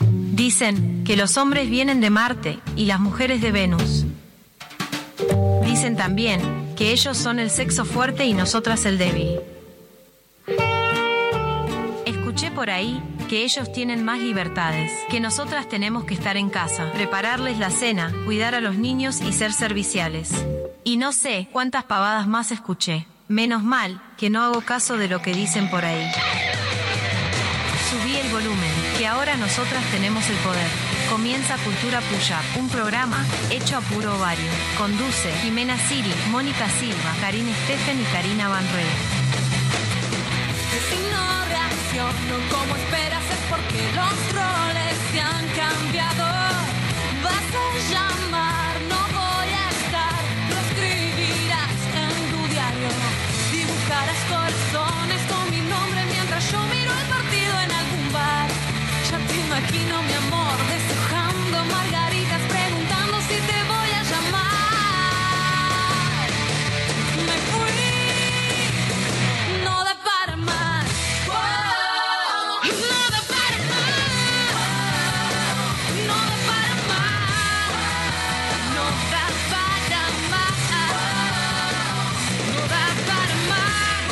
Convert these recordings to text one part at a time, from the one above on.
Dicen que los hombres vienen de Marte y las mujeres de Venus. Dicen también que ellos son el sexo fuerte y nosotras el débil. Escuché por ahí que ellos tienen más libertades, que nosotras tenemos que estar en casa, prepararles la cena, cuidar a los niños y ser serviciales. Y no sé cuántas pavadas más escuché. Menos mal que no hago caso de lo que dicen por ahí. Subí el volumen, que ahora nosotras tenemos el poder. Comienza Cultura Puya, un programa hecho a puro ovario. Conduce Jimena Siri, Mónica Silva, Karina Steffen y Karina Van Rey. Si no reacciono como esperas es porque los roles se han cambiado. Vas a llamar, no voy a estar. Lo escribirás en tu diario. Dibujarás corazones con mi nombre mientras yo miro el partido en algún bar. Ya te imagino mi amor deshojando margaritas preguntando si te voy a llamar. Me fui. No da para más. No da para más. No da para más. No da para más. No da para más.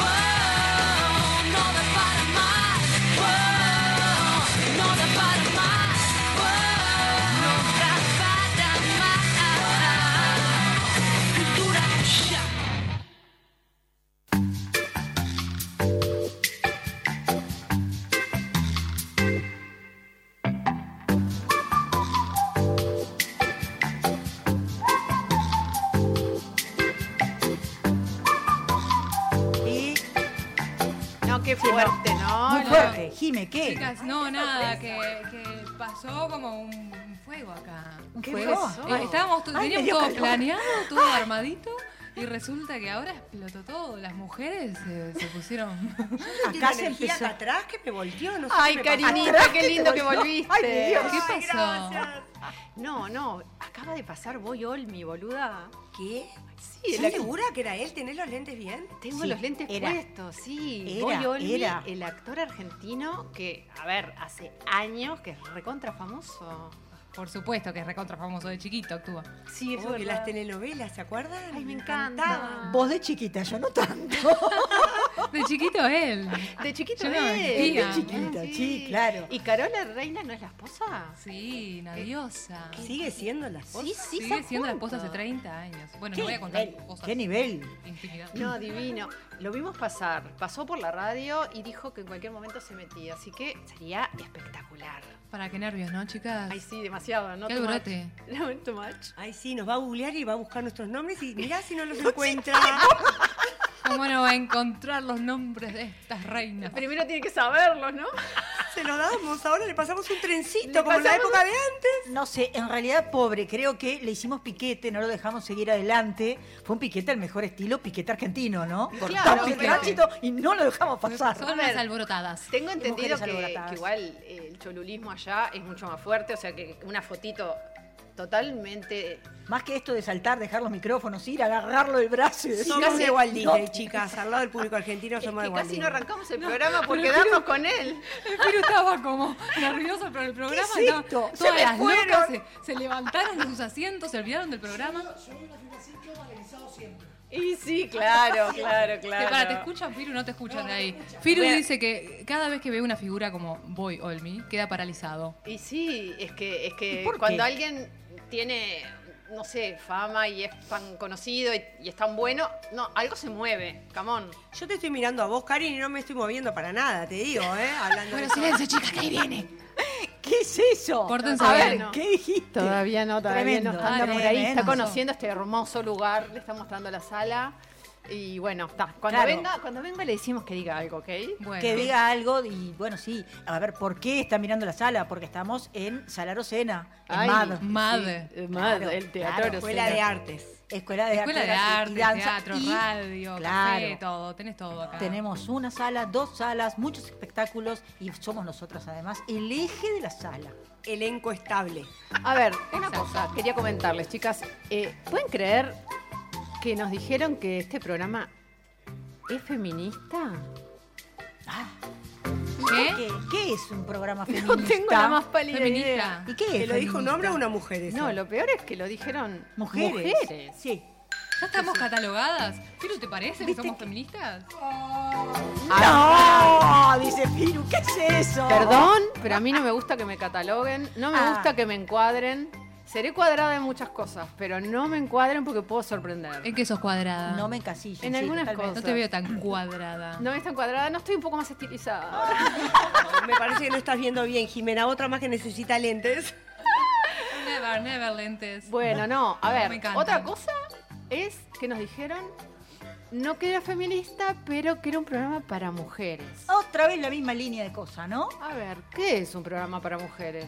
No da para más. No da para más. No da para más. Cultura ya. Y. No, qué fuerte, ¿no? Muy No, fuerte. Jime, ¿qué? Chicas, no, nada, que, que pasó como un, un fuego acá. ¿Un ¿Qué fuego? pasó? Estábamos, to- Ay, me teníamos dio todo calor. planeado, todo armadito, y resulta que ahora explotó todo. Las mujeres eh, se pusieron... Acá se se empezó- empezó. atrás que me volteó, no sé Ay, qué me pasó. Karinita, qué lindo que volviste. Ay, mi Dios. ¿Qué pasó? No, no, acaba de pasar Boy Olmi, boluda. ¿Qué? Sí, ¿Estás la- segura que era él? ¿Tenés los lentes bien? Tengo Sí, los lentes era. puestos, sí. Era, Boy Olmi, era. el actor argentino que, a ver, hace años que es recontra famoso. Por supuesto que es recontra famoso de chiquito, actúa. Sí, Oh, que las telenovelas, ¿se acuerdan? Ay, me encantaban. encanta. Vos de chiquita, yo no tanto. De chiquito él. De chiquito Yo no él. existía. De chiquita, sí, claro. ¿Y Carola Reina no es la esposa? Sí, una diosa. ¿Sigue siendo la esposa? Sí, sí, Sigue son siendo la juntos. esposa hace 30 años. Bueno, no voy a contar nivel? cosas. ¿Qué nivel? Intimidad. No, divino. Lo vimos pasar. Pasó por la radio y dijo que en cualquier momento se metía. Así que sería espectacular. Para qué nervios, ¿no, chicas? Ay, sí, demasiado. No Qué Too much. alborote. No, too much. Ay, sí, nos va a googlear y va a buscar nuestros nombres y mirá si no los encuentra. ¿Cómo no va a encontrar los nombres de estas reinas? Primero tiene que saberlo, ¿no? Se lo damos, ahora le pasamos un trencito, Le como en la pasamos- época de antes. No sé, en realidad pobre, creo que le hicimos piquete, no lo dejamos seguir adelante. Fue un piquete al mejor estilo, piquete argentino, ¿no? Cortamos el pero- tránsito y no lo dejamos Son pasar. unas ver. alborotadas. Tengo entendido mujeres que, alborotadas. que igual eh, el cholulismo allá es mucho más fuerte, o sea que una fotito totalmente. Más que esto de saltar, dejar los micrófonos, ir, agarrarlo del brazo y decir, Somos de no, Walt Disney, no. chicas. Al lado del público argentino Es que somos de Walt casi no Disney. arrancamos el programa por quedarnos con él. El Piru estaba como nervioso por el programa. ¿Qué es ¿no? esto? Se Todas me las fueron. locas se, se levantaron de sus asientos, se olvidaron del programa. Y sí, claro, claro, Que claro. para, ¿te escuchan, Piru? No te escuchan ahí. Piru Voy a- dice que cada vez que ve una figura como Boy Olmi, queda paralizado. Y sí, es que, es ¿Y que por qué? cuando alguien tiene, no sé, fama y es tan conocido y, y es tan bueno, no, algo se mueve, camón. Yo te estoy mirando a vos, Karin, y no me estoy moviendo para nada, te digo, ¿eh? Hablando Bueno, de todo. silencio, chicas, que ahí viene. ¿Qué es eso? Córtense a bien. ver, No. ¿qué dijiste? Todavía no, todavía Tremendo. no. Anda por ahí, Tremendo. está conociendo este hermoso lugar, le está mostrando la sala. Y bueno, está. Cuando Claro. venga, cuando venga le decimos que diga algo, ¿ok? Bueno, Que diga algo y bueno, sí. A ver, ¿por qué está mirando la sala? Porque estamos en Sala Rocena, en Ay, MAD. madre. Madre, Claro, el teatro. claro, no sé. Escuela de Artes. Escuela de Escuela de Arte, arte, y Danza, teatro, y radio, café, claro. todo. Tenés todo acá. Tenemos una sala, dos salas, muchos espectáculos y somos nosotras además el eje de la sala. Elenco estable. A ver, una Exacto. cosa, quería comentarles, chicas. Eh, ¿Pueden creer que nos dijeron que este programa es feminista? Ah, Y ¿Qué? ¿Qué? ¿Qué es un programa feminista? No tengo la más pálida idea. Feminista. ¿Y qué es? ¿Te lo dijo un feminista? hombre o una mujer eso? No, lo peor es que lo dijeron Mujeres. mujeres. Sí. ¿Ya estamos catalogadas? ¿Pero te parece que ¿Viste somos que- Ah. feministas? No, dice Piru, ¿qué es eso? Perdón, pero a mí no me gusta que me cataloguen, no me Ah. gusta que me encuadren. Seré cuadrada en muchas cosas, pero no me encuadren porque puedo sorprender. ¿En qué sos cuadrada? No me encasillo. En algunas No cosas. te veo tan cuadrada. No es tan cuadrada, no estoy un poco más estilizada. Me parece que no estás viendo bien, Jimena. Otra más que necesita lentes. Never, never lentes. Bueno, no, a Me ver, encanta. otra cosa es que nos dijeron no que era feminista, pero que era un programa para mujeres. Otra vez la misma línea de cosas, ¿no? A ver, ¿qué es un programa para mujeres?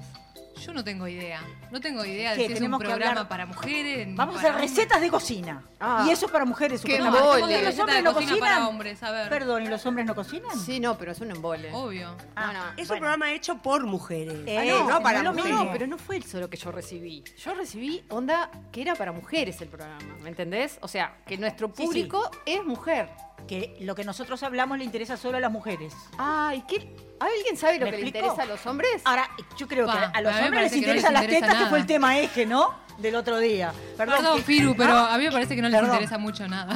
Yo no tengo idea. No tengo idea de ¿Qué, si es un tenemos que programa hablar? para mujeres. ni Vamos a para hacer recetas de cocina. Ah. Y eso para mujeres. Qué No, supongo. embole. hacemos la ¿Y los receta hombres de no cocina para cocinan? hombres, a ver. Perdón, ¿y los hombres no cocinan? Sí, no, pero es un embole. Obvio. Ah, No, no. Es un Bueno. programa hecho por mujeres. Eh, Ah, no, no, no no para es lo No, mujeres. mismo. no, pero no fue el solo que yo recibí. Yo recibí onda que era para mujeres el programa, ¿me entendés? O sea, que nuestro Sí, sí. público es mujer. Que lo que nosotros hablamos le interesa solo a las mujeres. Ay, ¿qué? ¿Alguien sabe lo ¿Me que le explico? interesa a los hombres? Ahora, yo creo Pa, que a a los mí me hombres les parece que no les interesan las interesa tetas, que nada. fue el tema eje, ¿no? Del otro día. Perdón, Perdón, que- Firu, pero Ah, a mí me parece que no les Perdón. interesa mucho nada.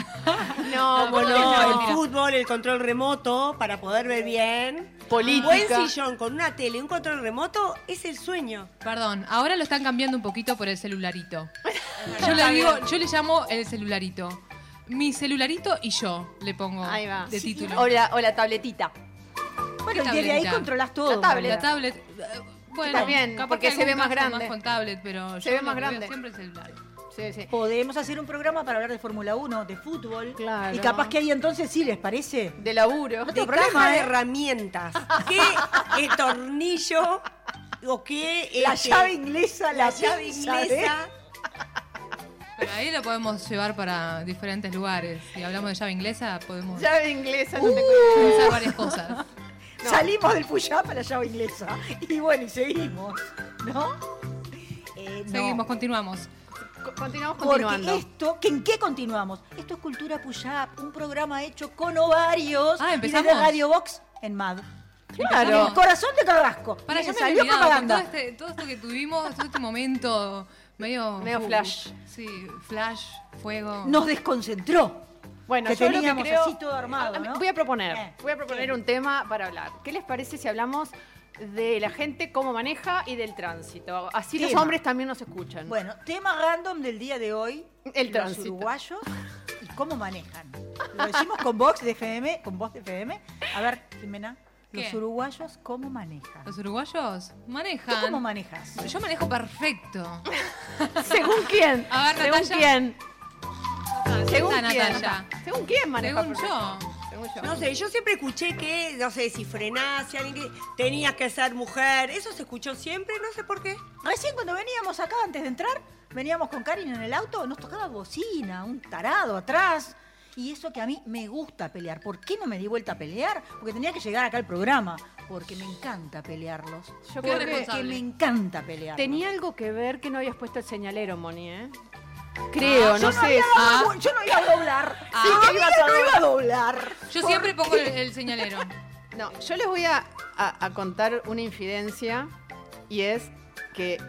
No, Como no, No. el fútbol, el control remoto para poder ver bien. Política. Un buen sillón con una tele y un control remoto es el sueño. Perdón, ahora lo están cambiando un poquito por el celularito. Yo le digo, yo le llamo el celularito. Mi celularito y yo le pongo Ahí va. de título. O la, o la tabletita. bueno, ¿qué y desde ahí tableta? controlas todo. La tablet. La Manuela. tablet. eh, Bueno, También, capaz porque que se ve algún más caso grande. con tablet, pero Se yo ve lo más que veo grande. Siempre el celular. Sí, sí. Podemos hacer un programa para hablar de Fórmula 1, de fútbol. Claro. Y capaz que ahí entonces sí les parece. De laburo. No De Otro programa, caja de ¿eh? herramientas. ¿Qué eh, tornillo o qué La este, llave inglesa, la, la llave pinza, ¿eh? inglesa? Pero ahí lo podemos llevar para diferentes lugares. Si hablamos de llave inglesa, podemos Llave inglesa, no te usar varias cosas. No. Uh, Salimos del Puyá para la llave inglesa. Y bueno, y seguimos, ¿no? Eh, no. Seguimos, continuamos. co- Continuamos Porque continuando. esto, ¿que ¿en qué continuamos? Esto es Cultura Puyap, un programa hecho con ovarios Ah, y desde ¿empezamos? Radio Box en MAD. En el Claro. corazón de Carrasco. Para ya Miren, me había salió olvidado, con todo, propaganda. este, todo esto que tuvimos, todo este momento medio... Medio flash. Sí, flash, fuego. Nos desconcentró. Bueno, que yo lo teníamos creo- así todo armado, Ah, ¿no? Voy a proponer, Eh, voy a proponer sí. un tema para hablar. ¿Qué les parece si hablamos de la gente, cómo maneja y del tránsito? Así Tema. los hombres también nos escuchan. Bueno, tema random del día de hoy. El los tránsito. uruguayos y cómo manejan. Lo decimos con Vox de FM, con voz de FM. A ver, Jimena, los ¿Qué? uruguayos cómo manejan. Los uruguayos ¿Tú manejan. cómo manejas? Yo manejo perfecto. ¿Según quién? A ver, ¿Según Natalia. quién? ¿Según está quién? Natalia. ¿Según quién maneja? Según perfecto? yo. Según yo. No sé, yo siempre escuché que, no sé, si frenás, si alguien que tenías que ser mujer. Eso se escuchó siempre, no sé por qué. Recién cuando veníamos acá, antes de entrar, veníamos con Karin en el auto, nos tocaba bocina, un tarado atrás. Y eso que a mí me gusta pelear. ¿Por qué no me di vuelta a pelear? Porque tenía que llegar acá al programa. Porque me encanta pelearlos. Yo Qué creo que responsable. Porque me encanta pelear. tenía algo que ver que no habías puesto el señalero, Moni, ¿eh? Creo, no, yo no, sé. había Ah, dado- yo no iba a doblar. Ah. Sí, que ibas a no iba a doblar. Yo siempre pongo el, el señalero. No, yo les voy a, a- a contar una infidencia y es que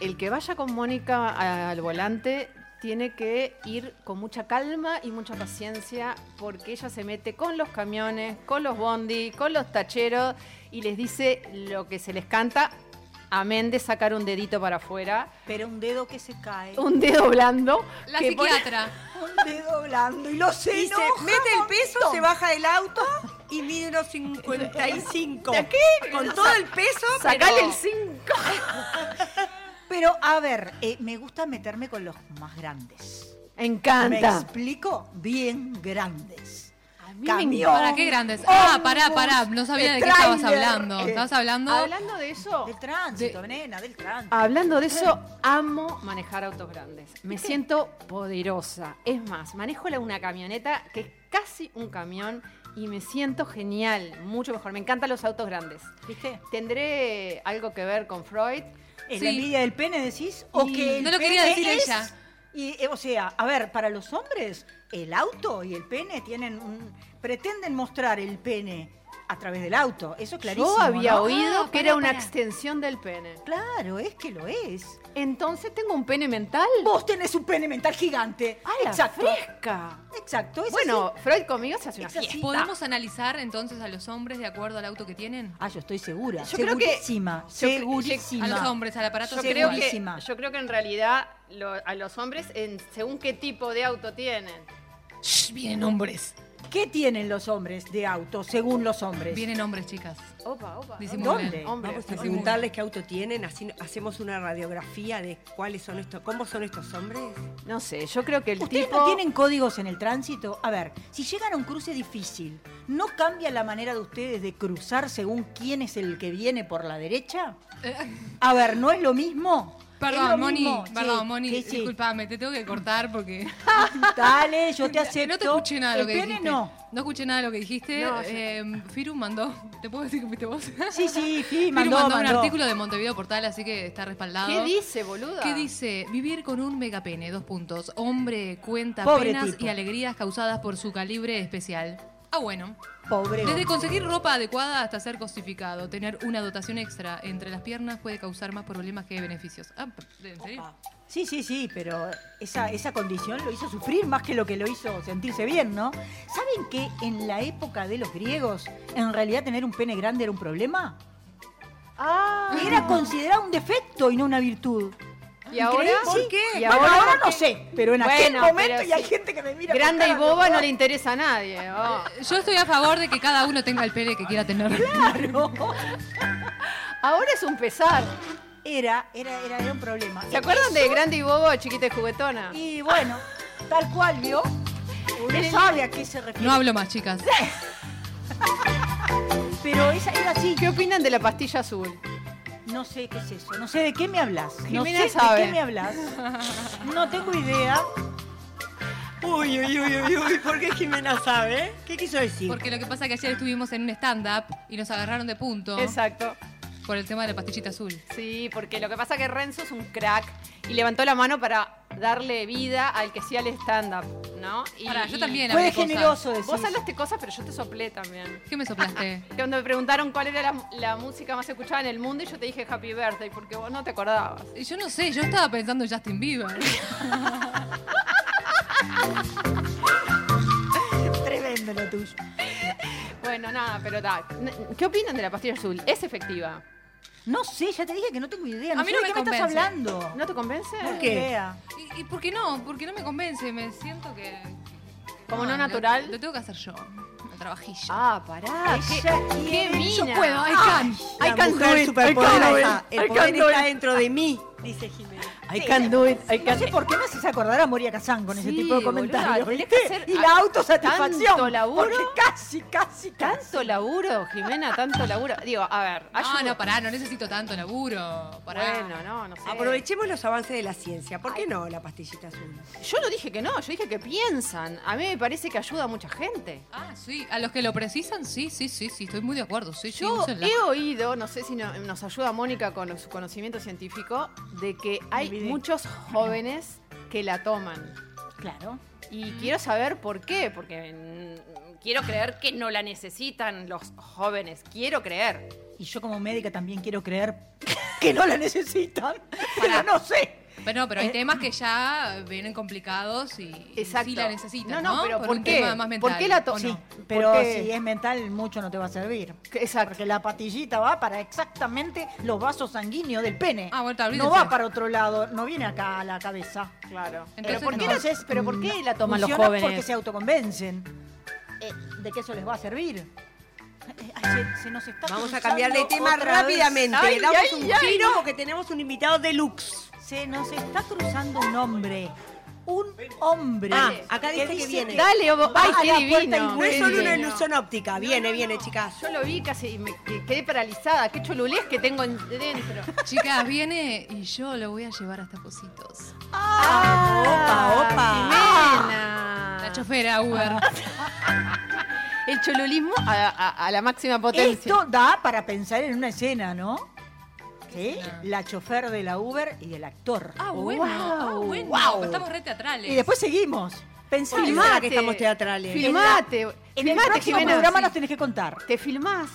el que vaya con Mónica a- al volante tiene que ir con mucha calma y mucha paciencia porque ella se mete con los camiones, con los bondi, con los tacheros y les dice lo que se les canta, amén de sacar un dedito para afuera, Pero un dedo que se cae. Un, un dedo blando. La que pone- psiquiatra. dedo blando. Y lo sé. Y se mete el peso, se baja del auto y mide unos 55. ¿De qué? Con todo el peso, Sacale pero- el 5. Pero a ver, eh, me gusta meterme con los más grandes. Me ¿Me encanta. explico? Bien grandes. A mí me Camión, ¿Para qué grandes? Ah, pará, ómnibus, pará. No sabía de qué tráiler, estabas hablando. eh, Estabas hablando. Hablando de eso, Del tránsito, nena, del tránsito. Hablando de eso, amo manejar autos grandes. Me siento poderosa. Es más, manejo la- una camioneta que es casi un camión y me siento genial, mucho mejor. Me encantan los autos grandes. ¿Viste? ¿Tendré algo que ver con Freud? ¿Es Sí. la envidia del pene, decís? ¿O Y que el no lo quería pene decir es- ella. Y, eh, o sea, a ver, para los hombres, el auto y el pene tienen un- pretenden mostrar el pene a través del auto. Eso es clarísimo. Yo había ¿no? oído Ah, que pará, era una pará. extensión del pene. Claro, es que lo es. Entonces tengo un pene mental. Vos tenés un pene mental gigante. ¡A la Exacto. fresca! Exacto. es Bueno, Freud conmigo se hace una Es así. fiesta. ¿Podemos analizar entonces a los hombres de acuerdo al auto que tienen? Ah, yo estoy segura. Yo creo que- segurísima, yo cre- segurísima. A los hombres, al aparato Yo creo, sexual. que, Segurísima. yo creo que en realidad lo- a los hombres, en, según qué tipo de auto tienen. Shh, vienen hombres. ¿Qué tienen los hombres de auto según los hombres? Vienen hombres, chicas. Opa, opa. Disimulen. ¿Dónde? Hombre, Vamos a Decimos- preguntarles qué auto tienen, así no- hacemos una radiografía de cuáles son estos, cómo son estos hombres. No sé, yo creo que el ¿Ustedes tipo... no tienen códigos en el tránsito? A ver, si llegan a un cruce difícil, ¿no cambia la manera de ustedes de cruzar según quién es el que viene por la derecha? eh, A ver, ¿no es lo mismo? ¿Es lo Perdón, Moni, mismo? perdón, Sí, Moni, sí, sí. disculpame, te tengo que cortar porque Dale, yo te acepto. no te escuché nada de el lo que pene dijiste. no. No escuché nada de lo que dijiste. No, yo- Eh, Firu mandó, ¿te puedo decir que fuiste vos? Sí, sí, sí, Firu mandó, mandó, un mandó. artículo de Montevideo Portal, así que está respaldado. ¿Qué dice, boluda? ¿Qué dice? Vivir con un megapene, dos puntos. Hombre cuenta Pobre penas tipo. y alegrías causadas por su calibre especial. Ah, bueno. Pobre. Desde hombre. conseguir ropa adecuada hasta ser cosificado, tener una dotación extra entre las piernas puede causar más problemas que beneficios. Ah, ¿en serio? Sí, sí, sí, pero esa, esa condición lo hizo sufrir más que lo que lo hizo sentirse bien, ¿no? ¿Saben que en la época de los griegos, en realidad tener un pene grande era un problema? Ah, Era considerado un defecto y no una virtud. ¿Y ahora? ¿Por qué? qué? ¿Y ahora, ahora ahora qué? no sé, pero en aquel Bueno, momento pero y hay sí. gente que me mira. con Grande y cara de "Oh, boba no horror. le interesa a nadie. oh. Yo estoy a favor de que cada uno tenga el pene que quiera tener. Ahora es un pesar. Era, era, era, era un problema. ¿Se acuerdan de Grande y Bobo, chiquita y juguetona? Y bueno, tal cual, ¿vio? Uno sabe a qué se refiere. No hablo más, chicas. Pero esa era así. ¿Qué opinan de la pastilla azul? No sé qué es eso, no sé de qué me hablas. No Jimena sé sabe. de qué me hablas. No tengo idea. Uy, uy, uy, uy, uy, ¿por qué Jimena sabe? ¿Qué quiso decir? Porque lo que pasa es que ayer estuvimos en un stand-up y nos agarraron de punto Exacto. por el tema de la pastillita azul. Sí, porque lo que pasa es que Renzo es un crack y levantó la mano para darle vida al que hacía el stand-up, ¿no? Y, Pará, yo también Fue hablé cosas. generoso decir. Vos hablaste cosas, pero yo te soplé también. ¿Qué me soplaste? Que Cuando me preguntaron cuál era la, la música más escuchada en el mundo y yo te dije Happy Birthday porque vos no te acordabas. Y Yo no sé, yo estaba pensando en Justin Bieber. Tremendo lo tuyo. Bueno, nada, pero da. ¿Qué opinan de la pastilla azul? ¿Es efectiva? No sé, ya te dije que no tengo idea. No A mí sé no de me qué me estás convence. hablando. ¿No te convence? No tengo qué? idea. ¿Y, y por qué no? Porque no me convence, me siento que... Como no Ah, lo- natural. Lo, tengo que hacer yo, el trabajillo. Ah, pará. ¿Qué, Ella qué quiere- mina. yo puedo, I can. La I can do mujer it, I superpoderosa, can do it, el I poder can do está it. dentro de mí, dice Jimena. I can do it, I No can sé por qué me haces acordar a Moria Kazán con ese Sí, tipo de comentarios. boluda, tenés ¿viste? que hacer y a- la autosatisfacción. tanto laburo. Porque casi, casi, casi. Tanto laburo, Oh, Jimena, tanto laburo. Digo, a ver, No, ayuda. no, pará, no necesito tanto laburo. Pará. Bueno, no, no sé. Aprovechemos los avances de la ciencia, ¿por qué no la pastillita azul? Yo no dije que no, yo dije que piensan. A mí me parece que ayuda a mucha gente. Ah, sí, a los que lo precisan, sí, sí, sí, sí, estoy muy de acuerdo. Sí, sí, Yo úsenla. he oído, no sé si no- nos ayuda Mónica con su conocimiento científico, de que hay Olvidé. muchos jóvenes que la toman. Claro. Y Mm. quiero saber por qué, porque mm, quiero creer que no la necesitan los jóvenes. Quiero creer. Y yo como médica también quiero creer que no la necesitan. Pará. Pero no sé. Pero, no, pero hay Eh, temas que ya vienen complicados y, y Exacto. sí la necesitan. No, No, no, pero por, ¿por un qué? tema más mental. ¿Por qué la to- ¿o sí. no? Pero Porque- si es mental, mucho no te va a servir. Exacto. Porque la pastillita va para exactamente los vasos sanguíneos del pene. Ah, bueno, está, olvídense. no va para otro lado, no viene acá a la cabeza. Claro. Entonces, pero, ¿por qué no. las es- pero ¿por qué la toman los Funciona jóvenes? Porque se autoconvencen eh, de que eso les va a servir. Eh, ay, se, se nos está Vamos a cruzando cambiar de tema otra vez. rápidamente, Ay, damos ay, un ay. giro porque tenemos un invitado deluxe. Se nos está cruzando un hombre. Un hombre. Ah, acá dice que viene. Dale, Obo. Va Ay, a qué la puerta y divino. No es qué solo una divino. ilusión óptica, viene, viene, chicas. Yo lo vi casi y me que- quedé paralizada. Qué cholulés que tengo en- dentro. Chicas, viene y yo lo voy a llevar hasta Positos. Ah. opa, opa. Jimena. La ah, chofera Uber. El cholulismo Ah. a, a- a la máxima potencia. Esto da para pensar en una escena, ¿no? ¿Sí? La chofer de la Uber y el actor. Ah, bueno. Wow. ah, bueno. Wow. Estamos re teatrales. Y después seguimos. Pensá, Porque en será que estamos teatrales. Filmate. el filmate, próximo Jimena. programa Sí. nos tenés que contar. Te filmás.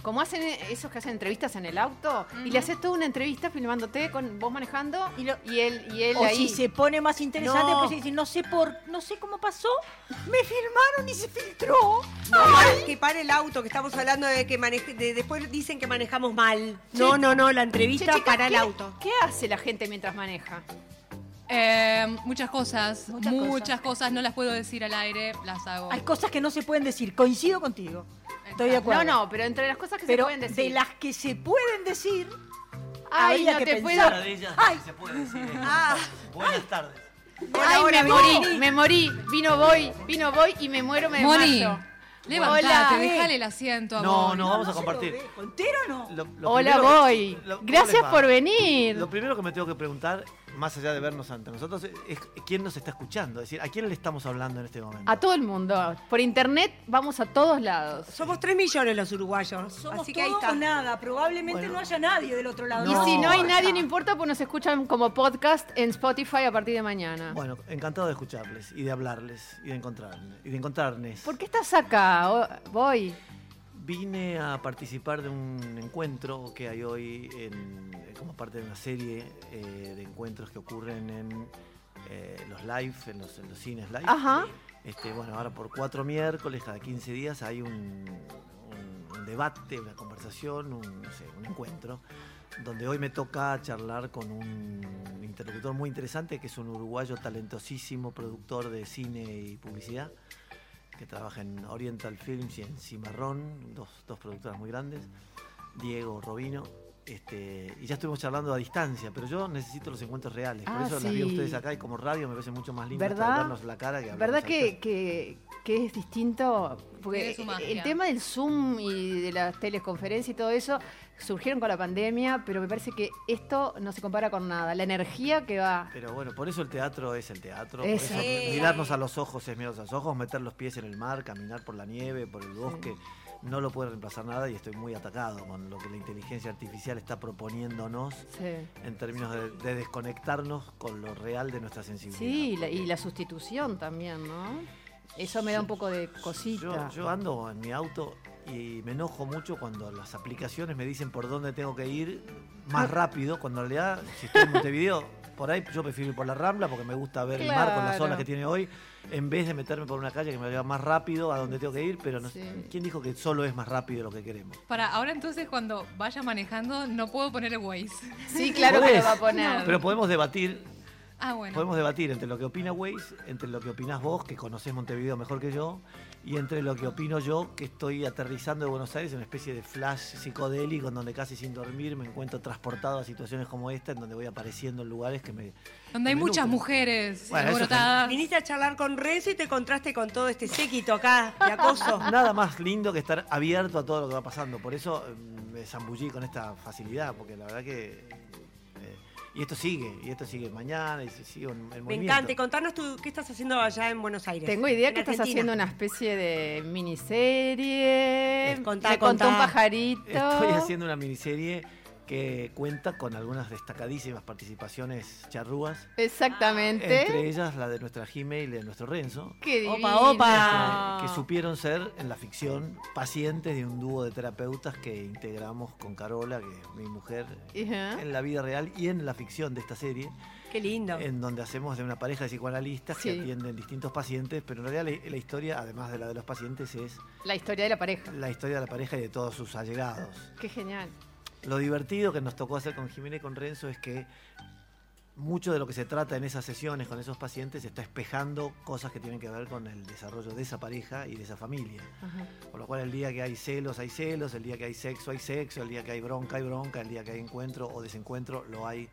Como hacen esos que hacen entrevistas en el auto y le haces toda una entrevista filmándote con vos manejando y, Y lo- él y él O ahí. si se pone más interesante, No. pues dice, no sé por, no sé cómo pasó, me firmaron y se filtró. No, que pare el auto, que estamos hablando de que maneje, de- después dicen que manejamos mal. No, no, no, la Che, entrevista chicas, para el ¿qué- auto. ¿Qué hace la gente mientras maneja? Eh, muchas cosas, muchas, Muchas cosas. no las puedo decir al aire, las hago. Hay cosas que no se pueden decir, coincido contigo. Estoy de acuerdo. No, no, pero entre las cosas que Pero se pueden de decir. las que se pueden decir, Ay, habría no que te puedo. pensar. Una de ellas Ay. se puede decir. es, Ah, Buenas tardes. Ay, ahora me vino. morí, me morí. Vino voy, vino voy y me muero, me Moni, desmayo. levantate, Hola. eh. dejale el asiento a No, Moni. no, vamos a se lo compartir. ve. ¿Entero o no? Lo- lo Hola, primero que- voy. lo- ¿cómo les Gracias va? por venir. Lo primero que me tengo que preguntar, más allá de vernos ante nosotros, es quién nos está escuchando. Es decir, ¿a quién le estamos hablando en este momento? A todo el mundo. Por internet vamos a todos lados. somos 3 millones los uruguayos. Somos así que ahí todo está. o nada, probablemente Bueno. no haya nadie del otro lado. No. Y si no hay Porfa. nadie, no importa, pues nos escuchan como podcast en Spotify a partir de mañana. Bueno, encantado de escucharles y de hablarles y de encontrarles. Y de encontrarles. ¿Por qué estás acá? O- Voy. Vine a participar de un encuentro que hay hoy en- como parte de una serie eh, de encuentros que ocurren en eh, los live, en los, en los cines live. Ajá. Este, bueno, ahora por cuatro miércoles, cada 15 días, hay un, un- un debate, una conversación, un, no sé, un encuentro, donde hoy me toca charlar con un interlocutor muy interesante, que es un uruguayo talentosísimo, productor de cine y publicidad, que trabaja en Oriental Films y en Cimarrón, dos, dos productoras muy grandes, Diego Robino. Este, y ya estuvimos charlando a distancia, pero yo necesito los encuentros reales. Por Ah, eso las vi a sí. ustedes acá y como radio me parece mucho más lindo hasta ¿Verdad? vernos la cara que hablar ¿Verdad los que, actores. que- que es distinto? Porque Tiene su magia. el tema del Zoom y de las teleconferencias y todo eso surgieron con la pandemia, pero me parece que esto no se compara con nada. La energía que va. Pero bueno, por eso el teatro es el teatro. por eso Eso. Sí. mirarnos a los ojos es mirarnos a los ojos, meter los pies en el mar, caminar por la nieve, por el bosque. No lo puede reemplazar nada y estoy muy atacado con lo que la inteligencia artificial está proponiéndonos Sí, en términos de, de desconectarnos con lo real de nuestra sensibilidad. Sí, y la, y Porque- la sustitución también, ¿no? Eso me da un poco de Yo, cosita. yo ando en mi auto y me enojo mucho cuando las aplicaciones me dicen por dónde tengo que ir Ah. más rápido, cuando en realidad, si estoy en Montevideo, por ahí yo prefiero ir por la Rambla porque me gusta ver el mar con las Claro. olas que tiene hoy, en vez de meterme por una calle que me lleva más rápido a donde tengo que ir, pero no, sé, Sí. ¿quién dijo que solo es más rápido lo que queremos? Para ahora entonces cuando vaya manejando no puedo poner el Waze. Sí, claro que ¿Podés? lo va a poner. Pero podemos debatir Ah, bueno. Podemos debatir entre lo que opina Waze, entre lo que opinás vos, que conocés Montevideo mejor que yo, y entre lo que opino yo, que estoy aterrizando de Buenos Aires en una especie de flash psicodélico, en donde casi sin dormir me encuentro transportado a situaciones como esta, en donde voy apareciendo en lugares que me... Donde hay me muchas nutren. mujeres Bueno, eso alborotadas. Viniste a charlar con Renzo y te contraste con todo este séquito acá de acoso. Nada más lindo que estar abierto a todo lo que va pasando. Por eso eh, me zambullí con esta facilidad, porque la verdad que... eh, y esto sigue, y esto sigue mañana, y se sigue en, en Me movimiento. encanta. Y Contanos tú qué estás haciendo allá en Buenos Aires. Tengo idea En que estás Argentina. haciendo una especie de miniserie. Eh, contá, Me contó un contá. pajarito. Estoy haciendo una miniserie que cuenta con algunas destacadísimas participaciones charrúas, Ah, entre Exactamente. ellas la de nuestra Jime y la de nuestro Renzo, Qué Opa, divino. opa. que supieron ser en la ficción pacientes de un dúo de terapeutas que integramos con Carola, que es mi mujer, Ajá. en la vida real y en la ficción de esta serie, Qué lindo. en donde hacemos de una pareja de psicoanalistas Sí. que atienden distintos pacientes, pero en realidad la- la historia, además de la de los pacientes, es La historia de la pareja. la historia de la pareja y de todos sus allegados. Qué genial. Lo divertido que nos tocó hacer con Jimena y con Renzo es que mucho de lo que se trata en esas sesiones con esos pacientes está espejando cosas que tienen que ver con el desarrollo de esa pareja y de esa familia. Ajá. Por lo cual el día que hay celos hay celos, el día que hay sexo hay sexo, el día que hay bronca hay bronca, el día que hay encuentro o desencuentro lo hay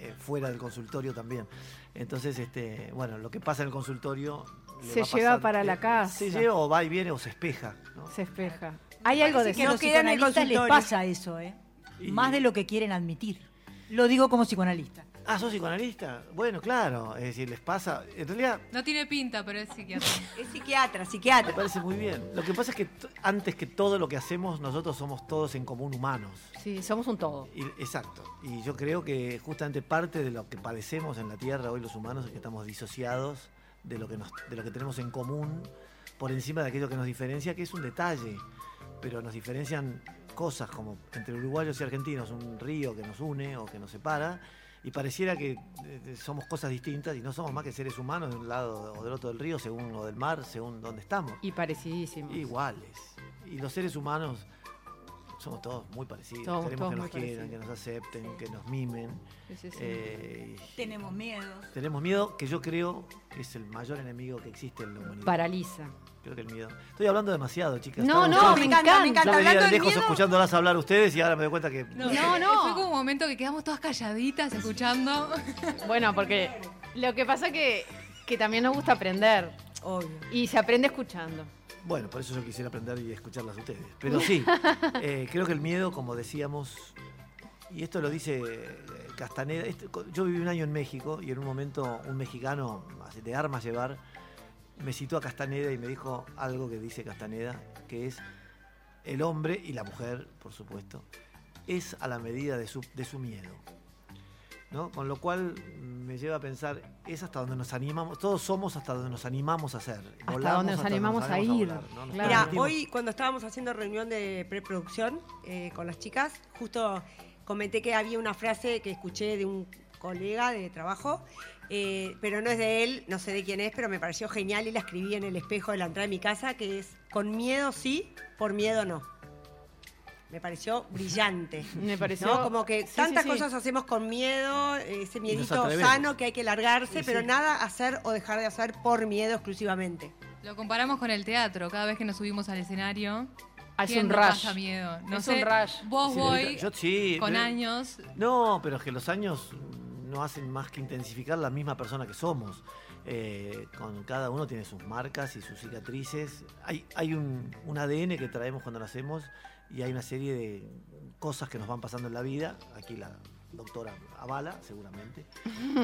eh, fuera del consultorio también. Entonces, este, bueno, lo que pasa en el consultorio... le Se va a lleva pasar- eh, para la casa. Se lleva o va y viene o se espeja. ¿no? Se espeja. Hay algo de Parece que eso. a no los queda en el psicoanalistas les consultorio. pasa eso, ¿eh? Y- Más de lo que quieren admitir. Lo digo como psicoanalista. Ah, ¿sos psicoanalista? Bueno, claro. Es decir, les pasa... En realidad No tiene pinta, pero es psiquiatra. Es psiquiatra, Me psiquiatra. parece muy bien. Lo que pasa es que t- antes que todo lo que hacemos, nosotros somos todos en común humanos. Sí, somos un todo. Y- exacto. Y yo creo que justamente parte de lo que padecemos en la Tierra hoy los humanos es que estamos disociados de lo que, nos, de lo que tenemos en común por encima de aquello que nos diferencia, que es un detalle, pero nos diferencian cosas como entre uruguayos y argentinos, un río que nos une o que nos separa, y pareciera que eh, somos cosas distintas y no somos más que seres humanos de un lado o del otro del río, según o del mar, según donde estamos. Y parecidísimos. Iguales. Y los seres humanos somos todos muy parecidos. Somos Queremos todos que nos muy quieran, parecidos. que nos acepten, que nos mimen. Sí, sí, sí. Eh, Tenemos miedos. tenemos miedo, que yo creo que es el mayor enemigo que existe en la humanidad. Paraliza. Creo que el miedo. Estoy hablando demasiado, chicas. No, Estamos- no, yo- me encanta, encanta. me Yo encanta. me veía Hablando de del lejos miedo. escuchándolas hablar ustedes y ahora me doy cuenta que No, no. Fue como un momento que quedamos todas calladitas escuchando. Bueno, porque lo que pasa que, que también nos gusta aprender Obvio. y se aprende escuchando. Bueno, por eso yo quisiera aprender y escucharlas a ustedes. Pero sí, eh, creo que el miedo, como decíamos, y esto lo dice eh, Castaneda, este- co- yo viví un año en México y en un momento un mexicano así de armas llevar me citó a Castaneda y me dijo algo que dice Castaneda, que es el hombre y la mujer, por supuesto, es a la medida de su, de su miedo. ¿no? Con lo cual me lleva a pensar, es hasta donde nos animamos, todos somos hasta donde nos animamos a ser. Hasta donde nos animamos a ir, ¿no? Nos claro. Mira, permitimos- hoy cuando estábamos haciendo reunión de preproducción eh, con las chicas, justo comenté que había una frase que escuché de un colega de trabajo, eh, pero no es de él, no sé de quién es, pero me pareció genial y la escribí en el espejo de la entrada de mi casa, que es, con miedo sí, por miedo no. Me pareció brillante. Me pareció ¿no? Como que sí, tantas sí, sí. cosas hacemos con miedo, eh, ese miedito atrevemos. sano que hay que largarse, pero nada hacer o dejar de hacer por miedo exclusivamente. Lo comparamos con el teatro. Cada vez que nos subimos al escenario. Hace ¿quién Ah, un no rush. pasa miedo? No Es sé, un rush. Vos Sí, voy yo sí, con pero- años. No, pero es que los años no hacen más que intensificar la misma persona que somos. Eh, con cada uno tiene sus marcas y sus cicatrices. Hay, hay un, un ADN que traemos cuando nacemos y hay una serie de cosas que nos van pasando en la vida. Aquí la doctora avala, seguramente,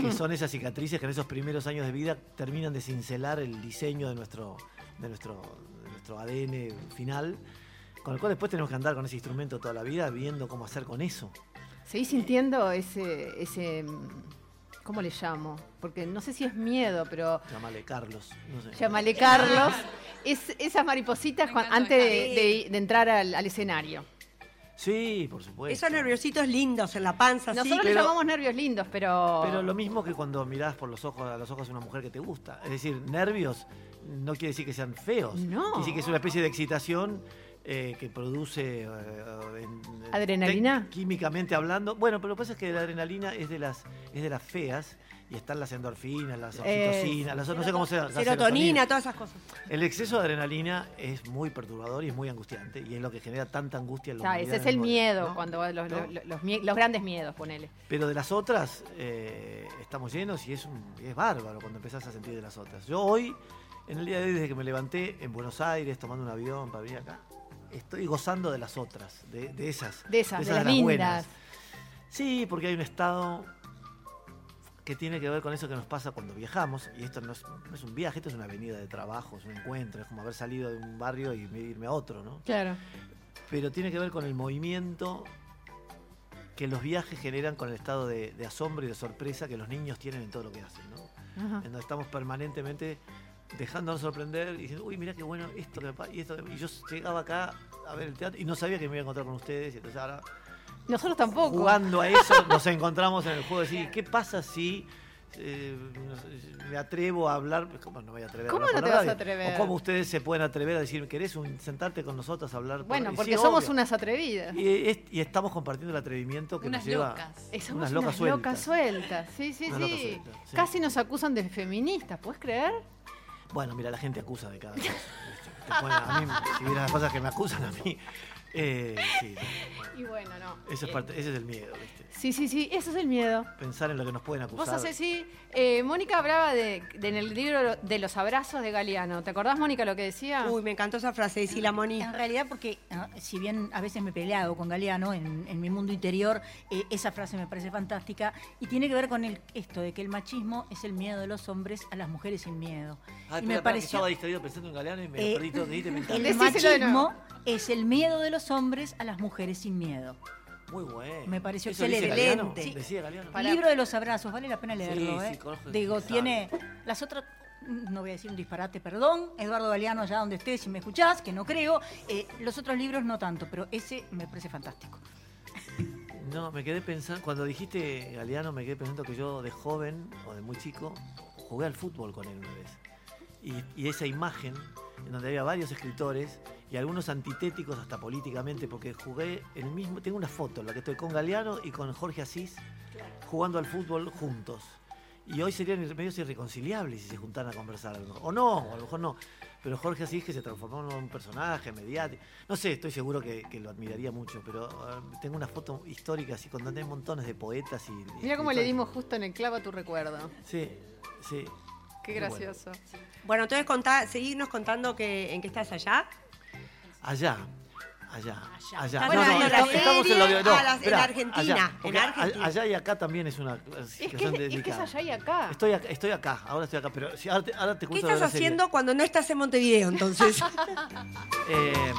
que son esas cicatrices que en esos primeros años de vida terminan de cincelar el diseño de nuestro, de nuestro, de nuestro ADN final. Con el cual después tenemos que andar con ese instrumento toda la vida viendo cómo hacer con eso. Seguís sintiendo ese, ese, mm, ¿cómo le llamo? Porque no sé si es miedo, pero Llámale Carlos. No sé. llámale Carlos. Es, esas maripositas Me cuan- encantó, antes sí. de, de- de entrar al, al escenario. Sí, por supuesto. Esos nerviositos lindos en la panza, sí. Nosotros le pero- llamamos nervios lindos, pero, Pero lo mismo que cuando mirás por los ojos a los ojos de una mujer que te gusta. Es decir, nervios no quiere decir que sean feos. No. Quiere decir que es una especie de excitación eh, que produce. eh, en- en- ¿Adrenalina? tec- Químicamente hablando. Bueno, pero lo que pasa es que la adrenalina es de las, es de las feas y están las endorfinas, las Eh, oxitocinas, las- no sé cómo se llama. la serotonina, todas esas cosas. El exceso de adrenalina es muy perturbador y es muy angustiante y es lo que genera tanta angustia en o la sea, humanidad ese es en el el momento, miedo, ¿no? cuando los, ¿No? los- los mie- los grandes miedos, ponele. Pero de las otras eh, estamos llenos y es, un, y es bárbaro cuando empezás a sentir de las otras. Yo hoy, en el día de hoy, desde que me levanté en Buenos Aires tomando un avión para venir acá, estoy gozando de las otras, de, de esas. De esas, de las las lindas. Sí, porque hay un estado que tiene que ver con eso que nos pasa cuando viajamos. Y esto no es, no es un viaje, esto es una venida de trabajo, es un encuentro, es como haber salido de un barrio y irme a otro, ¿no? Claro. pero tiene que ver con el movimiento que los viajes generan con el estado de, de asombro y de sorpresa que los niños tienen en todo lo que hacen, ¿no? Ajá. En donde estamos permanentemente dejándonos sorprender y diciendo, uy, mira qué bueno esto que me pa- y esto. que-". Y yo llegaba acá a ver el teatro y no sabía que me iba a encontrar con ustedes. Y entonces ahora, Nosotros tampoco. jugando a eso, nos encontramos en el juego de decir, ¿qué pasa si eh, no sé, me atrevo a hablar? ¿Cómo no me voy a atrever? a ¿Cómo hablar no por te la vas a radio? atrever? ¿O cómo ustedes se pueden atrever a decir, ¿querés un- sentarte con nosotros a hablar? por-?" Y Bueno, sí, porque somos obvio. unas atrevidas. Y, es- y estamos compartiendo el atrevimiento que Unas nos lleva. locas. Eh, Somos unas locas sueltas. sueltas. Sí, sí, Unas locas sí. sueltas, sí. Casi nos acusan de feministas, ¿puedes creer? Bueno, mira, la gente acusa de cada cosa. ¿viste? Te ponen a mí, si vieras las cosas que me acusan a mí. Eh, sí, Y bueno, no. Eh, eso es parte, ese es el miedo, ¿viste? Sí, sí, sí, eso es el miedo. Pensar en lo que nos pueden acusar. Vos haces, sí. Eh, Mónica hablaba de, de- en el libro de los abrazos de Galeano. ¿Te acordás, Mónica, lo que decía? Uy, me encantó esa frase, de la Moni. En realidad, porque ah, si bien a veces me he peleado con Galeano en, en mi mundo interior, eh, esa frase me parece fantástica y tiene que ver con el, esto de que el machismo es el miedo de los hombres a las mujeres sin miedo. Ah, espera, y me espera, que pareció estaba distraído pensando en Galeano y me Eh, perdí todo, dijiste, me encanta. el Decíselo de nuevo. machismo es el miedo de los hombres a las mujeres sin miedo. Muy bueno. me pareció ¿Eso dice excelente. Galeano? Sí. Decía Galeano. Pará. Libro de los abrazos, vale la pena leerlo, sí, ¿eh? conozco- Digo, sabe. tiene las otras no voy a decir un disparate, perdón, Eduardo Galeano, allá donde estés, si me escuchás, que no creo. Eh, los otros libros no tanto, pero ese me parece fantástico. No, me quedé pensando, cuando dijiste Galeano, me quedé pensando que yo de joven o de muy chico jugué al fútbol con él una vez. Y, y esa imagen, en donde había varios escritores y algunos antitéticos hasta políticamente, porque jugué el mismo, tengo una foto en la que estoy con Galeano y con Jorge Asís jugando al fútbol juntos. Y hoy serían medios irreconciliables si se juntaran a conversar. a lo mejor. O no, o a lo mejor no. Pero Jorge así es que se transformó en un personaje mediático. No sé, estoy seguro que, que lo admiraría mucho, pero eh, tengo una foto histórica así con donde hay montones de poetas y. y Mira cómo le escritores. dimos justo en el clavo a tu recuerdo. Sí, sí. Qué Muy bueno. gracioso. Bueno, entonces contá, seguirnos contando que, en qué estás allá. Allá. Allá, allá. Estás haciendo la serie no, a las- en esperá, Argentina, allá, en porque a- Argentina. Allá y acá también es una Es que, situación es que es delicada. allá y acá. Estoy acá, estoy acá, ahora estoy acá, pero si, ahora, te, ahora te ¿Qué cuento lo de estás la serie. haciendo cuando no estás en Montevideo entonces? Eh,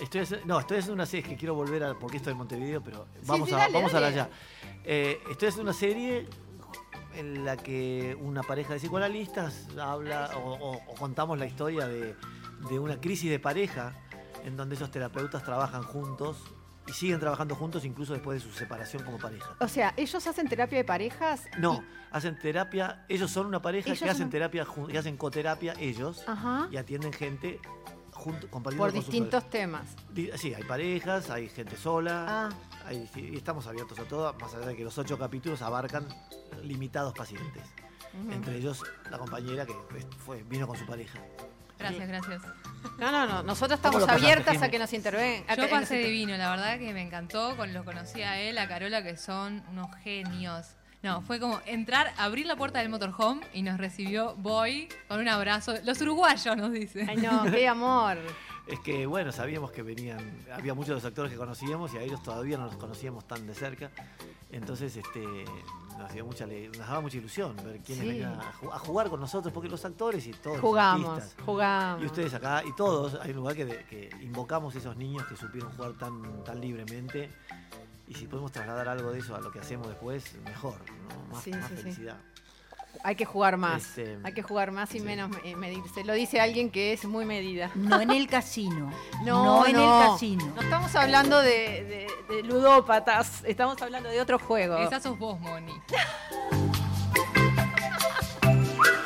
estoy haciendo, no, estoy haciendo una serie, es que quiero volver a. porque estoy en Montevideo, pero vamos, sí, a, dale, vamos dale. a allá. Eh, estoy haciendo una serie en la que una pareja de psicoanalistas habla o, o- o contamos la historia de, de una crisis de pareja en donde esos terapeutas trabajan juntos y siguen trabajando juntos incluso después de su separación como pareja. O sea, ellos hacen terapia de parejas. No, y- hacen terapia, ellos son una pareja Ellos que hacen son- terapia, jun- que hacen coterapia ellos Ajá. y atienden gente junto, compartiendo Por el consultorio. distintos temas. Di- Sí, hay parejas, hay gente sola, Ah, hay- sí, y estamos abiertos a todo, más allá de que los ocho capítulos abarcan limitados pacientes. ujú. Entre ellos la compañera que es- fue, vino con su pareja. Gracias, gracias. No, no, no. Nosotros ¿Cómo estamos lo pasaste, abiertas Jimmy? a que nos intervengan. a que Yo nos pasé inter- divino, la verdad que me encantó. Con lo conocí a él, a Carola, que son unos genios. Mm. No, fue como entrar, abrir la puerta del motorhome y nos recibió Boy con un abrazo. Los uruguayos nos dice. Ay, no, qué amor. Es que, bueno, sabíamos que venían, había muchos de los actores que conocíamos y a ellos todavía no los conocíamos tan de cerca. Entonces, este, nos, dio mucha, ale- nos daba mucha ilusión ver quiénes Sí. venían a, ju- a jugar con nosotros, porque los actores y todos los Jugamos, artistas, jugamos. Y ustedes acá, y todos, hay un lugar que, de- que invocamos esos niños que supieron jugar tan, tan libremente. Y si podemos trasladar algo de eso a lo que hacemos después, mejor, ¿no? Más, Sí, más sí, sí. felicidad. Hay que jugar más. Este, Hay que jugar más y sí. menos eh, medirse. Lo dice alguien que es muy medida. No en el casino. No, en no. el casino. No estamos hablando de, de- de ludópatas, estamos hablando de otro juego. Esa sos vos, Moni.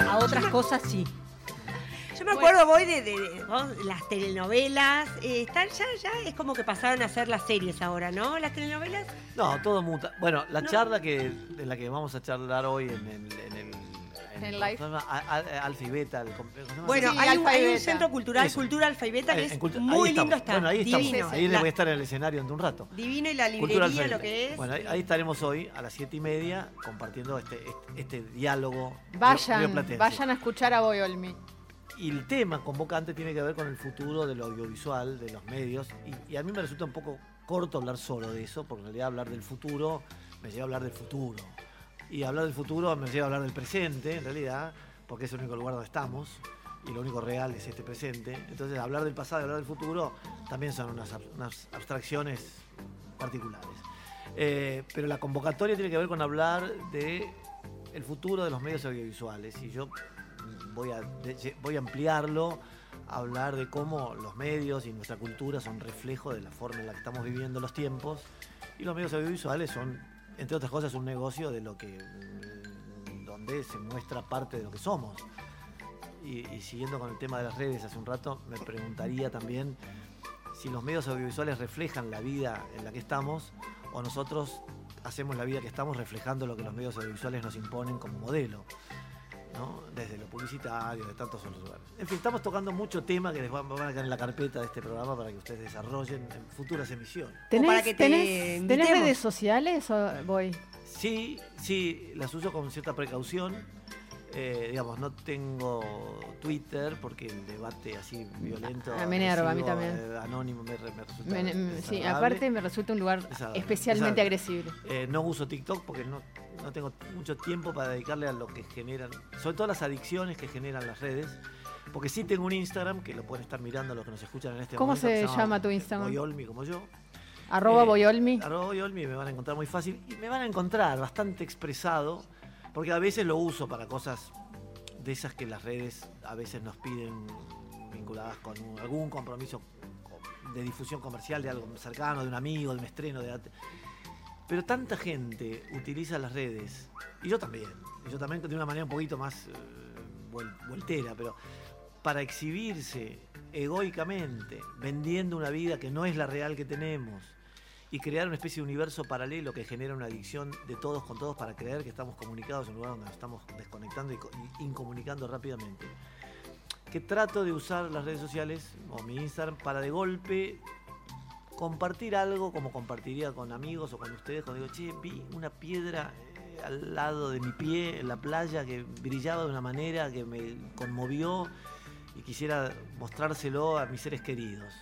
A otras cosas sí. Yo me acuerdo, voy de, de- de- vos, las telenovelas. eh, están ya, ya es como que pasaron a ser las series ahora, ¿no? Las telenovelas. No, todo muta. Bueno, la No. charla que, de la que vamos a charlar hoy en el... En el, En el- live. ¿cómo se llama? A- a- Alfa y Beta. el com- ¿cómo se llama? Bueno, Sí, hay, un, Alfa y hay un Beta. centro cultural, Eso. Cultura Alfa y Beta, que Eh, en es cultu- ahí muy lindo estamos. está. Bueno, ahí estamos. divino. Ahí les La- voy a estar en el escenario en un rato. Divino y la Cultura librería, Alfa lo y Beta. que es. Bueno, ahí, ahí estaremos hoy a las siete y media compartiendo este, este, este diálogo rio- Vayan, rioplatense. vayan a escuchar a Boyolmi. Y el tema convocante tiene que ver con el futuro del audiovisual, de los medios. Y, y a mí me resulta un poco corto hablar solo de eso, porque en realidad hablar del futuro me lleva a hablar del futuro. Y hablar del futuro me lleva a hablar del presente, en realidad, porque es el único lugar donde estamos. Y lo único real es este presente. Entonces, hablar del pasado y hablar del futuro también son unas, ab- unas abstracciones particulares. Eh, pero la convocatoria tiene que ver con hablar de el futuro de los medios audiovisuales. Y yo voy a, de- lle- voy a ampliarlo, a hablar de cómo los medios y nuestra cultura son reflejo de la forma en la que estamos viviendo los tiempos. Y los medios audiovisuales son, entre otras cosas, un negocio de lo que mm, donde se muestra parte de lo que somos. Y, y siguiendo con el tema de las redes hace un rato, me preguntaría también si los medios audiovisuales reflejan la vida en la que estamos o nosotros hacemos la vida que estamos reflejando lo que los medios audiovisuales nos imponen como modelo. ¿no? Desde lo publicitario, de tantos otros lugares. En fin, estamos tocando mucho tema que les van, van a quedar en la carpeta de este programa para que ustedes desarrollen en futuras emisiones. Como ¿Tenés, para que te tenés- tenés invitemos. redes sociales o voy? Sí, sí, las uso con cierta precaución. Eh, digamos, no tengo Twitter porque el debate así violento. Ah, me enerva, a mí agresivo, también. eh, anónimo me, re- me resulta. Me- me- sí, desagradable. aparte me resulta un lugar Desagradable. especialmente Desagradable. agresivo. Eh, no uso TikTok porque no, no tengo mucho tiempo para dedicarle a lo que generan, sobre todo las adicciones que generan las redes. Porque sí tengo un Instagram que lo pueden estar mirando los que nos escuchan en este ¿Cómo momento. se que llama tu Instagram? Boyolmi, como yo. Arroba Eh, Boyolmi. Arroba Boyolmi, me van a encontrar muy fácil. Y me van a encontrar bastante expresado, porque a veces lo uso para cosas de esas que las redes a veces nos piden vinculadas con un- algún compromiso de difusión comercial de algo cercano, de un amigo, de un estreno, de at- pero tanta gente utiliza las redes, y yo también, y yo también de una manera un poquito más eh, vuel- voltera, pero para exhibirse egoicamente, vendiendo una vida que no es la real que tenemos, y crear una especie de universo paralelo que genera una adicción de todos con todos para creer que estamos comunicados en un lugar donde nos estamos desconectando y co- y incomunicando rápidamente. Que trato de usar las redes sociales o mi Instagram para de golpe compartir algo como compartiría con amigos o con ustedes cuando digo, che, vi una piedra eh, al lado de mi pie en la playa que brillaba de una manera que me conmovió y quisiera mostrárselo a mis seres queridos.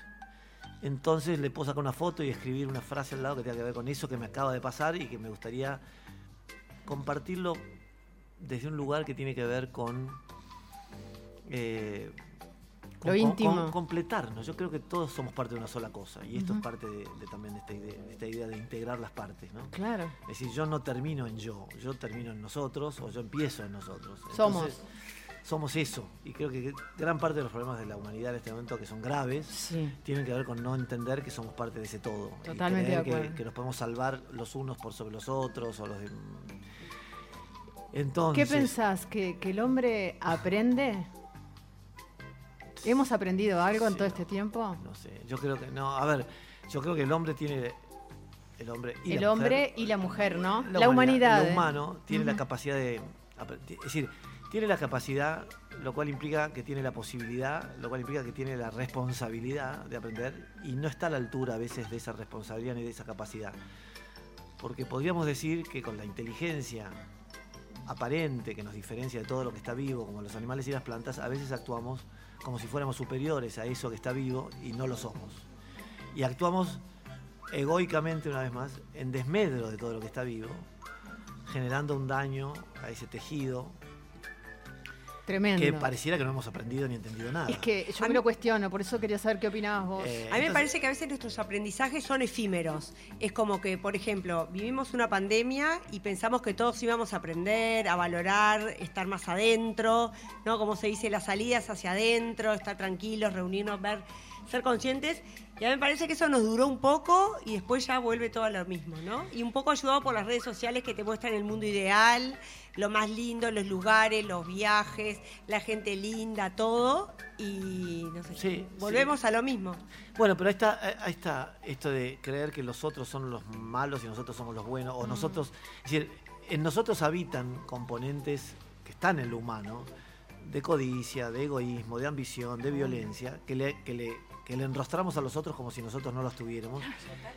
Entonces le puedo sacar una foto y escribir una frase al lado que tenga que ver con eso que me acaba de pasar y que me gustaría compartirlo desde un lugar que tiene que ver con... eh, Lo íntimo. completarnos. Yo creo que todos somos parte de una sola cosa y esto Ujú. es parte de, de también de esta, idea, de esta idea de integrar las partes, ¿no? Claro. Es decir, yo no termino en yo, yo termino en nosotros o yo empiezo en nosotros. Somos. Entonces, somos eso. Y creo que gran parte de los problemas de la humanidad en este momento que son graves Sí. tienen que ver con no entender que somos parte de ese todo. y Totalmente de creer que- acuerdo. Que, nos podemos salvar los unos por sobre los otros o los de... Entonces, ¿Qué pensás? ¿Que, que el hombre aprende? ¿Hemos aprendido algo en Sí, todo no. este tiempo? No sé, yo creo que no. A ver, yo creo que el hombre tiene. El hombre y el la hombre mujer, y la mujer, ¿no? La, lo humanidad. ¿eh? humano tiene la Ujú. capacidad de. apre- Es decir, tiene la capacidad, lo cual implica que tiene la posibilidad, lo cual implica que tiene la responsabilidad de aprender y no está a la altura a veces de esa responsabilidad ni de esa capacidad. Porque podríamos decir que con la inteligencia aparente que nos diferencia de todo lo que está vivo, como los animales y las plantas, a veces actuamos como si fuéramos superiores a eso que está vivo y no lo somos. Y actuamos egoicamente una vez más, en desmedro de todo lo que está vivo, generando un daño a ese tejido Tremendo. que pareciera que no hemos aprendido ni entendido nada. Es que yo A me mí- lo cuestiono, por eso quería saber qué opinabas vos. Eh, A mí me entonces- parece que a veces nuestros aprendizajes son efímeros. Es como que, por ejemplo, vivimos una pandemia y pensamos que todos íbamos a aprender, a valorar, estar más adentro, ¿no? Como se dice, las salidas hacia adentro, estar tranquilos, reunirnos, ver, ser conscientes. Y a mí me parece que eso nos duró un poco y después ya vuelve todo a lo mismo, ¿no? Y un poco ayudado por las redes sociales que te muestran el mundo ideal, lo más lindo, los lugares, los viajes, la gente linda, todo. Y no sé, Sí, volvemos a lo mismo. Bueno, pero ahí está, eh, ahí está esto de creer que los otros son los malos y nosotros somos los buenos, o nosotros, es decir, en nosotros habitan componentes que están en lo humano, de codicia, de egoísmo, de ambición, de violencia, que le, que le, que le enrostramos a los otros como si nosotros no los tuviéramos.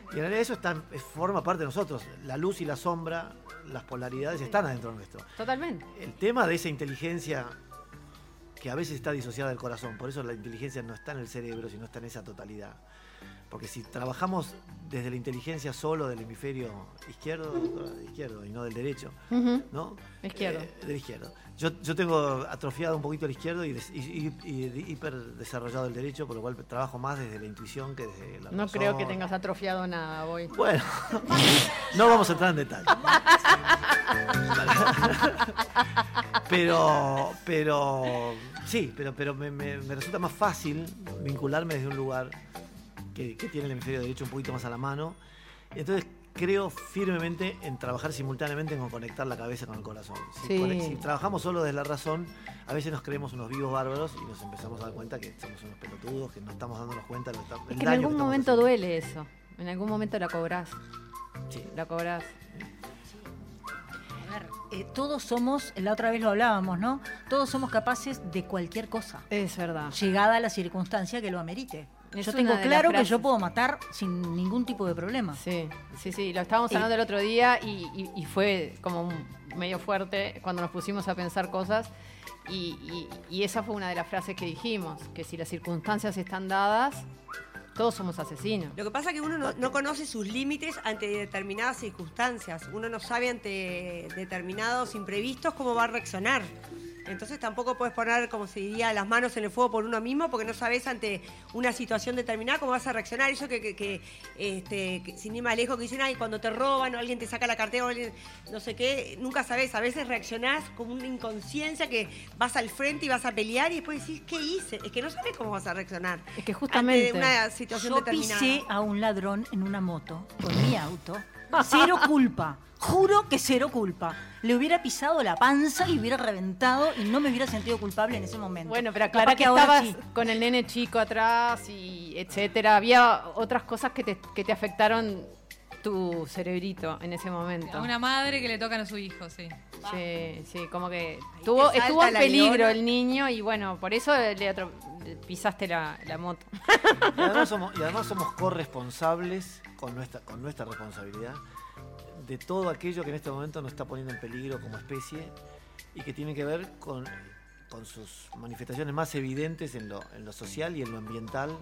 Y en realidad eso está, es- forma parte de nosotros. La luz y la sombra, las polaridades están adentro nuestro. Totalmente. El tema de esa inteligencia que a veces está disociada del corazón, por eso la inteligencia no está en el cerebro, sino está en esa totalidad. Porque si trabajamos desde la inteligencia solo del hemisferio izquierdo, del izquierdo y no del derecho, Ujú. ¿no? Izquierdo. Eh, del izquierdo. Yo, yo tengo atrofiado un poquito el izquierdo y, des- y, y- y de- hiper desarrollado el derecho, por lo cual trabajo más desde la intuición que desde la No creo que razón. tengas atrofiado nada hoy. Bueno, no vamos a entrar en detalle. Pero, pero, sí, pero, pero me, me- me resulta más fácil vincularme desde un lugar que, que tiene el hemisferio derecho un poquito más a la mano. Y Entonces creo firmemente en trabajar simultáneamente en conectar la cabeza con el corazón. Si, Sí. conec- si trabajamos solo desde la razón, a veces nos creemos unos vivos bárbaros y nos empezamos a dar cuenta que somos unos pelotudos, que no estamos dándonos cuenta de lo que estamos Es que en algún momento duele eso. En algún momento la cobrás. Sí. La cobrás. Eh, todos somos, la otra vez lo hablábamos, ¿no? Todos somos capaces de cualquier cosa, Es verdad. llegada la circunstancia que lo amerite. Es yo una tengo de las claro que frases. yo puedo matar sin ningún tipo de problema. Sí, sí, sí, lo estábamos hablando el otro día y, y- y fue como un- medio fuerte cuando nos pusimos a pensar cosas y, y- y esa fue una de las frases que dijimos, que si las circunstancias están dadas, todos somos asesinos. Lo que pasa es que uno no, no conoce sus límites ante determinadas circunstancias. Uno no sabe ante determinados imprevistos cómo va a reaccionar. Entonces tampoco puedes poner, como se diría, las manos en el fuego por uno mismo porque no sabes ante una situación determinada cómo vas a reaccionar. Eso que, que- que, este, que sin ir más lejos, que dicen, ay, cuando te roban o alguien te saca la cartera o alguien, no sé qué, nunca sabes. A veces reaccionás con una inconsciencia que vas al frente y vas a pelear y después decís, ¿qué hice? Es que no sabes cómo vas a reaccionar. Es que Ante justamente. una situación Yo determinada. pisé a un ladrón en una moto con mi auto. Cero culpa. Juro que cero culpa. Le hubiera pisado la panza y hubiera reventado y no me hubiera sentido culpable en ese momento. Bueno, pero Capaz aclara que, ahora estabas sí. con el nene chico atrás y etcétera. Había otras cosas que te, que te afectaron tu cerebrito en ese momento. A una madre que le tocan a su hijo, sí. Sí, sí, como que tuvo, salta estuvo en la peligro leona. el niño y bueno, por eso le atro- le pisaste la, la moto. Y además somos, y además somos corresponsables con nuestra, con nuestra responsabilidad de todo aquello que en este momento nos está poniendo en peligro como especie y que tiene que ver con, con sus manifestaciones más evidentes en lo, en lo social y en lo ambiental,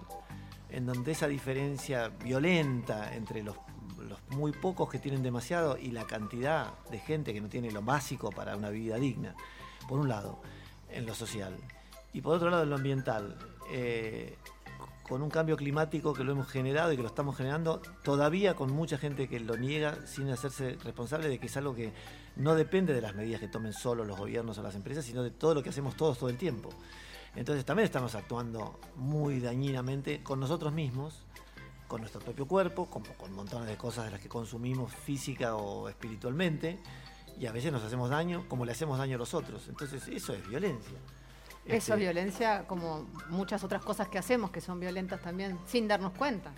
en donde esa diferencia violenta entre los, los muy pocos que tienen demasiado y la cantidad de gente que no tiene lo básico para una vida digna, por un lado, en lo social, y por otro lado, en lo ambiental. eh, con un cambio climático que lo hemos generado y que lo estamos generando, todavía con mucha gente que lo niega sin hacerse responsable de que es algo que no depende de las medidas que tomen solo los gobiernos o las empresas, sino de todo lo que hacemos todos todo el tiempo. Entonces también estamos actuando muy dañinamente con nosotros mismos, con nuestro propio cuerpo, como con montones de cosas de las que consumimos física o espiritualmente, y a veces nos hacemos daño como le hacemos daño a los otros. Entonces eso es violencia. Eso es Este, violencia como muchas otras cosas que hacemos que son violentas también, sin darnos cuenta.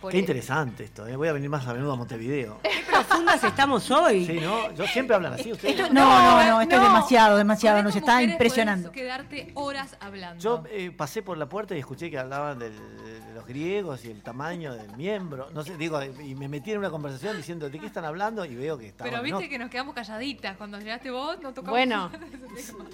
Por Qué e- interesante esto, ¿eh? voy a venir más a menudo a Montevideo. profundas estamos hoy. Sí, ¿no? Yo siempre hablan así ustedes. No, no, no, esto es no. demasiado, demasiado. Con Nos estas está mujeres impresionando. podés quedarte horas hablando. Yo eh, pasé por la puerta y escuché que hablaban del- de los griegos y el tamaño del miembro. No sé, digo, y me metí en una conversación diciendo, ¿de qué están hablando? Y veo que estaban... Pero viste no, que nos quedamos calladitas. Cuando llegaste vos, no tocamos Bueno. nada de ese tema.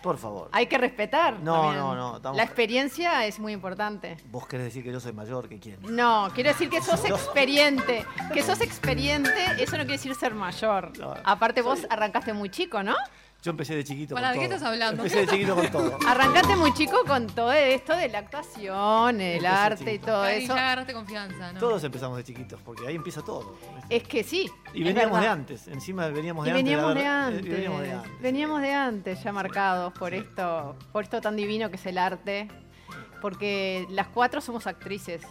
Por favor. Hay que respetar. No, también. no, no, estamos- La experiencia es muy importante. Vos querés decir que yo soy mayor que quién. No, quiero decir que sos No. experiente. Que sos experiente, eso no quiere decir ser mayor. No. Aparte vos arrancaste muy chico, ¿no? Yo empecé de chiquito Pará, con ¿de qué todo. estás hablando? Empecé de chiquito con todo. Arrancaste muy chico con todo esto de la actuación, el Empecé arte y chiquito. todo Cari, eso. ya agarraste confianza, ¿no? Todos empezamos de chiquitos, porque ahí empieza todo. Es que sí. Y es veníamos de verdad. antes, encima veníamos de antes. Y la veníamos de verdad, eh, antes. Veníamos de antes. Veníamos de antes, ya marcados por sí. esto, por esto tan divino que es el arte. Porque las cuatro somos actrices.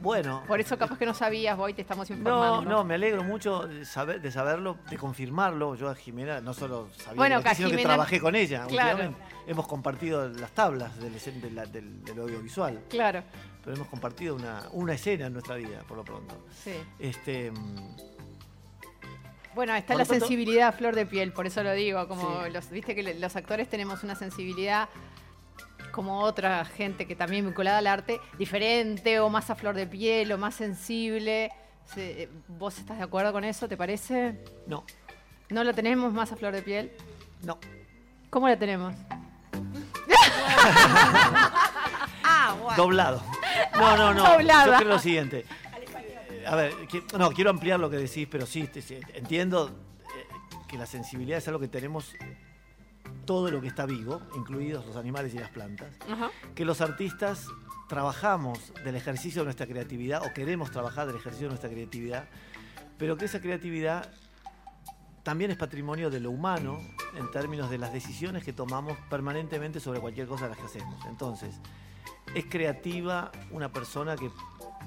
Bueno. Por eso capaz que no sabías, Boy, te estamos informando. No, no, me alegro mucho de, saber, de saberlo, de confirmarlo. Yo a Jimena no solo sabía, Bueno, lo que que a sino que Jimena- trabajé con ella. Claro. últimamente. Hemos compartido las tablas del, escen- de la- del- del audiovisual, Claro, pero hemos compartido una, una escena en nuestra vida, por lo pronto. sí. Este, mm, Bueno, está Por la lo tanto- sensibilidad a flor de piel, por eso lo digo. Como Sí. los, viste que le- los actores tenemos una sensibilidad como otra gente que también vinculada al arte, diferente o más a flor de piel o más sensible. Se- ¿Vos estás de acuerdo con eso? ¿Te parece? no, ¿No lo tenemos más a flor de piel? no. ¿Cómo la tenemos? Ah, bueno. Doblado. No, no, no. Doblada. Yo creo lo siguiente. Eh, A ver, que- no, quiero ampliar lo que decís, pero sí, te- sí, entiendo eh, que la sensibilidad es algo que tenemos todo lo que está vivo, incluidos los animales y las plantas. Ajá. que los artistas trabajamos del ejercicio de nuestra creatividad o queremos trabajar del ejercicio de nuestra creatividad, pero que esa creatividad también es patrimonio de lo humano en términos de las decisiones que tomamos permanentemente sobre cualquier cosa de las que hacemos. Entonces, es creativa una persona que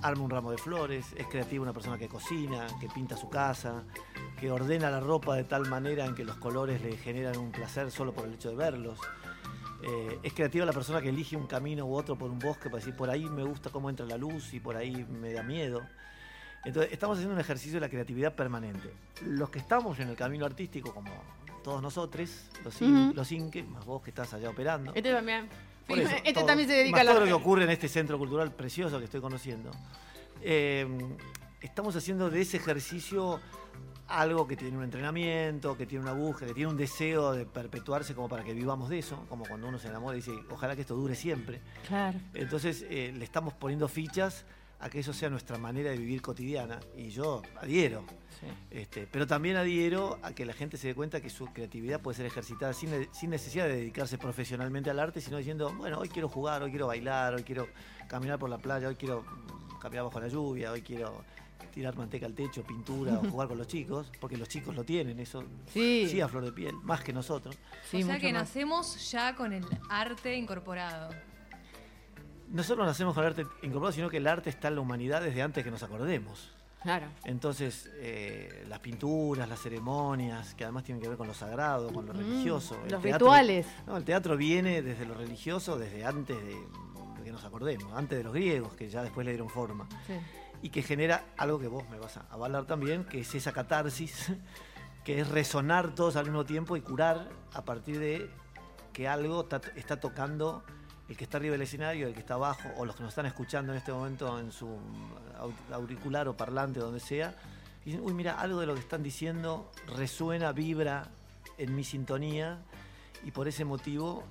arma un ramo de flores, es creativa una persona que cocina, que pinta su casa, que ordena la ropa de tal manera en que los colores le generan un placer solo por el hecho de verlos. Eh, es creativa la persona que elige un camino u otro por un bosque para decir, por ahí me gusta cómo entra la luz y por ahí me da miedo. Entonces, estamos haciendo un ejercicio de la creatividad permanente. Los que estamos en el camino artístico, como todos nosotros, los, in- Ujú. los inque, más vos que estás allá operando. Este también. Por eso, este todo. también se dedica Más a la... todo lo que ocurre en este centro cultural precioso que estoy conociendo. Eh, estamos haciendo de ese ejercicio algo que tiene un entrenamiento, que tiene una búsqueda, que tiene un deseo de perpetuarse como para que vivamos de eso, como cuando uno se enamora y dice, ojalá que esto dure siempre. Claro. Entonces eh, le estamos poniendo fichas a que eso sea nuestra manera de vivir cotidiana. Y yo adhiero. Sí. Este, pero también adhiero a que la gente se dé cuenta que su creatividad puede ser ejercitada sin, ne- sin necesidad de dedicarse profesionalmente al arte, sino diciendo, bueno, hoy quiero jugar, hoy quiero bailar, hoy quiero caminar por la playa, hoy quiero mm, caminar bajo la lluvia, hoy quiero tirar manteca al techo, pintura o jugar con los chicos, porque los chicos lo tienen, eso Sí, sí a flor de piel, más que nosotros. sí, o sea mucho que más. nacemos ya con el arte incorporado. Nosotros no nacemos con el arte incorporado, sino que el arte está en la humanidad desde antes que nos acordemos. Claro. Entonces, eh, las pinturas, las ceremonias, que además tienen que ver con lo sagrado, con lo religioso. Mm, Los teatro- rituales. No, el teatro viene desde lo religioso, desde antes de, de que nos acordemos, antes de los griegos, que ya después le dieron forma. Sí. Y que genera algo que vos me vas a avalar también, que es esa catarsis, que es resonar todos al mismo tiempo y curar a partir de que algo ta- está tocando el que está arriba del escenario, el que está abajo, o los que nos están escuchando en este momento en su eh, au- auricular o parlante, donde sea, y dicen, uy, mira, algo de lo que están diciendo resuena, vibra en mi sintonía, y por ese motivo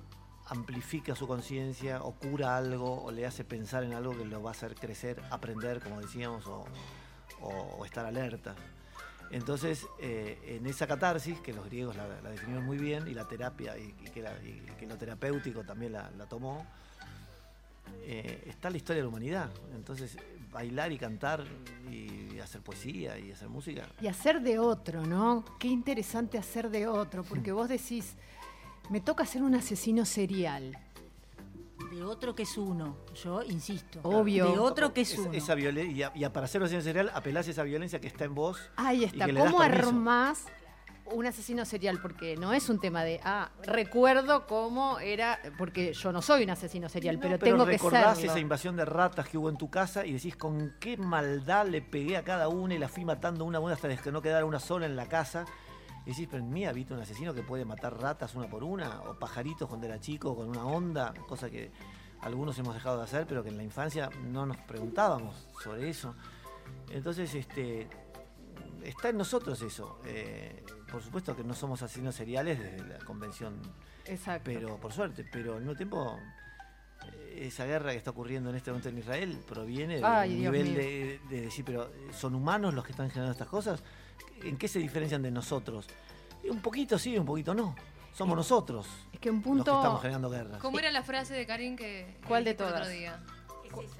amplifica su conciencia, o cura algo, o le hace pensar en algo que lo va a hacer crecer, aprender, como decíamos, o, o- o estar alerta. Entonces, eh, en esa catarsis, que los griegos la, la definieron muy bien, y la terapia, y, y que, la- y que lo terapéutico también la, la tomó, eh, está la historia de la humanidad. Entonces, bailar y cantar, y hacer poesía, y hacer música, Y hacer de otro, ¿no? Qué interesante hacer de otro, porque vos decís, me toca ser un asesino serial. De otro que es uno, yo insisto. Obvio. De otro que es, Es- uno. esa violencia, y, a- y para hacerlo sin serial, apelás a esa violencia que está en vos. Ahí y está, que le das ¿cómo permiso. armás un asesino serial? Porque no es un tema de, ah, recuerdo cómo era, porque yo no soy un asesino serial, No, pero, tengo que recordás serlo. esa invasión de ratas que hubo en tu casa y decís con qué maldad le pegué a cada una y la fui matando una a una hasta que no quedara una sola en la casa. Y decís, pero en mí habita un asesino que puede matar ratas una por una, o pajaritos cuando era chico, o con una onda, cosa que algunos hemos dejado de hacer, pero que en la infancia no nos preguntábamos sobre eso. Entonces, este, está en nosotros eso. Eh, por supuesto que no somos asesinos seriales desde la convención Exacto. pero por suerte, pero al mismo tiempo eh, esa guerra que está ocurriendo en este momento en Israel proviene de Ay, un Dios nivel mío. de, de decir, pero eh, ¿son humanos los que están generando estas cosas? ¿En qué se diferencian de nosotros? Y un poquito sí, un poquito no. Somos nosotros Es que un los que punto estamos generando guerras. ¿Cómo era la frase de Karin que ¿Cuál que de dijiste el todas? Otro día?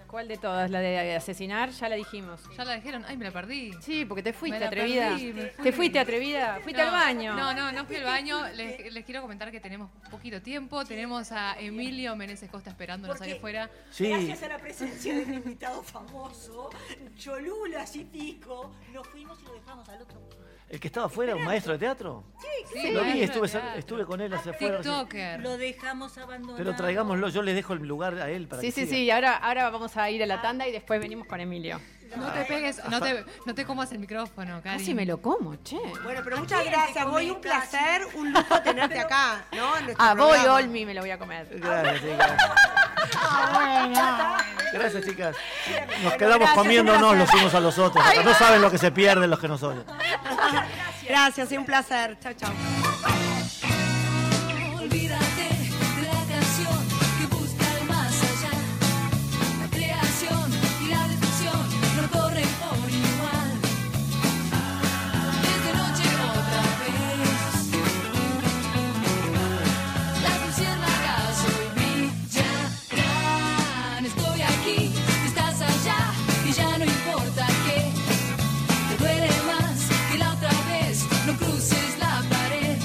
¿Cuál de todas? La de asesinar, ya la dijimos. Ya la dijeron, ay, me la perdí. Sí, porque te fuiste Me la atrevida. perdí, me fui. Te fuiste atrevida, fuiste No, al baño. No, no, no fui al baño. Les, les quiero comentar que tenemos poquito tiempo. Tenemos a Emilio Meneses Costa esperándonos Porque- ahí afuera. Sí, Gracias a la presencia de un invitado famoso, Cholula, así pico, nos fuimos y lo dejamos al otro. el que estaba afuera, un maestro de teatro. Sí, Lo vi, maestro estuve, de teatro. estuve con él hacia Ah, afuera. TikToker. Lo dejamos abandonado. Pero traigámoslo, yo le dejo el lugar a él para Sí, que sí, siga. sí, ahora, ahora vamos a ir a la tanda y después venimos con Emilio. No te pegues, no te, no te comas el micrófono, Karin. casi me lo como, che. Bueno, pero muchas gracias, Boy, un placer, un lujo tenerte acá, ¿no? En nuestro Ah, voy, programa. Olmi, me lo voy a comer. Gracias, chicas. Ah, Gracias, chicas. Nos quedamos comiéndonos los unos a los otros. No saben lo que se pierden los que nos odian. Gracias, un placer. Chao, chao. Olvídate de la canción que busca el más allá. La creación y la destrucción no corren por igual. Desde noche otra vez. Las luciérnagas hoy brillarán. Estoy aquí, estás allá y ya no importa qué. Te duele más que la otra vez. No cruces la pared.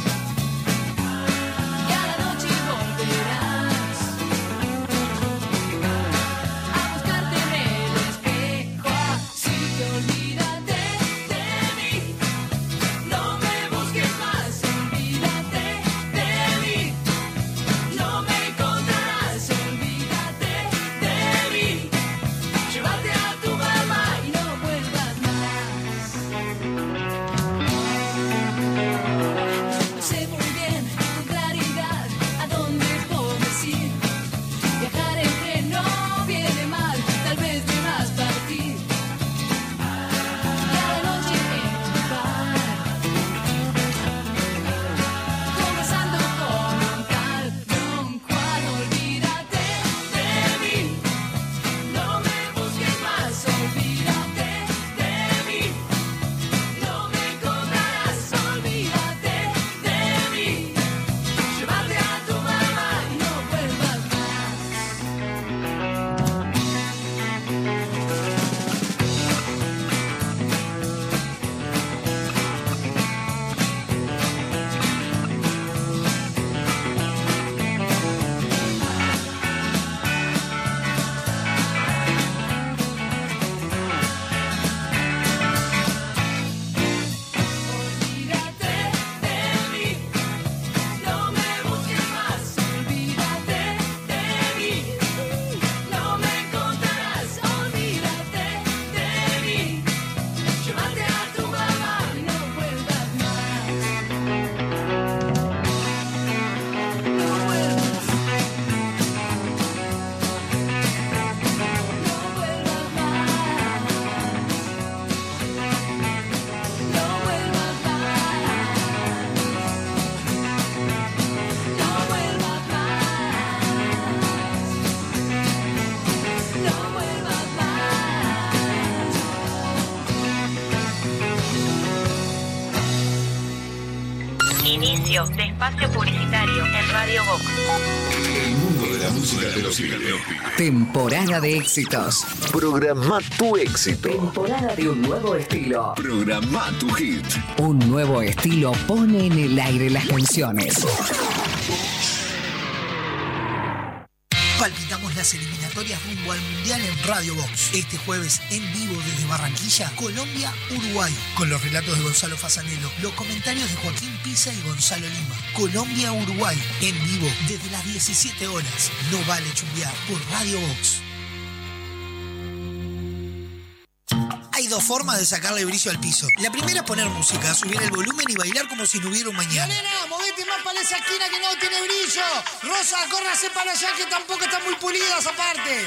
Inicio de espacio publicitario en Radio Vox. El mundo de la música te lo pide. Temporada de éxitos. Programa tu éxito. Temporada de un nuevo estilo. Programa tu hit. Un nuevo estilo pone en el aire las canciones. Palpitamos las eliminatorias rumbo al Mundial en Radio Box. Este jueves en vivo desde Barranquilla, Colombia, Uruguay. Con los relatos de Gonzalo Fasanelo, los comentarios de Joaquín Pisa y Gonzalo Lima. Colombia, Uruguay. En vivo desde las 17 horas. No vale chumbear por Radio Box. Hay dos formas de sacarle brillo al piso. La primera es poner música, subir el volumen y bailar como si no hubiera un mañana. Nena, movete más para esa esquina que no tiene brillo. Rosa, córrase para allá que tampoco están muy pulidas aparte.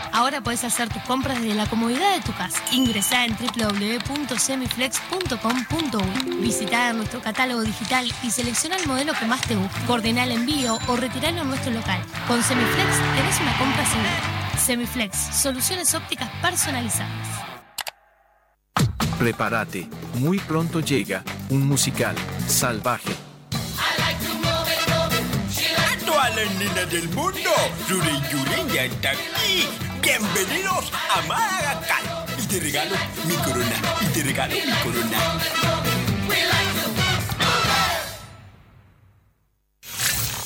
Ahora puedes hacer tus compras desde la comodidad de tu casa. Ingresá en www.semiflex.com.uy. Visitá nuestro catálogo digital y selecciona el modelo que más te guste. Coordina el envío o retiralo en nuestro local. Con Semiflex tenés una compra segura. Semiflex, soluciones ópticas personalizadas. Prepárate, muy pronto llega un musical salvaje. Toda la nena del mundo, Yuri Yuri ya está aquí. Bienvenidos a Madagascar. Y te regalo mi corona, y te regalo mi corona.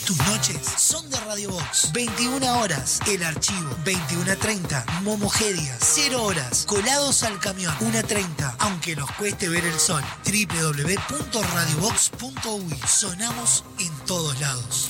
Tus noches son de Radio Box. 21 horas, El Archivo. 21.30, Momogedia. 0 horas, Colados al Camión. 1.30, Aunque nos cueste ver el sol. www.radiobox.uy. Sonamos en todos lados.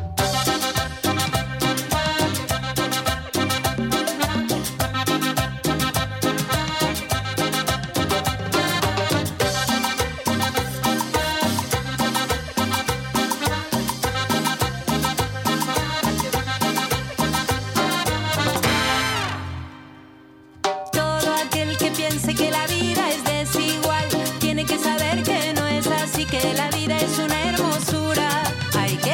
Todo aquel que piense que la vida es desigual tiene que saber que no es así, que la vida es una hermosura. Hay que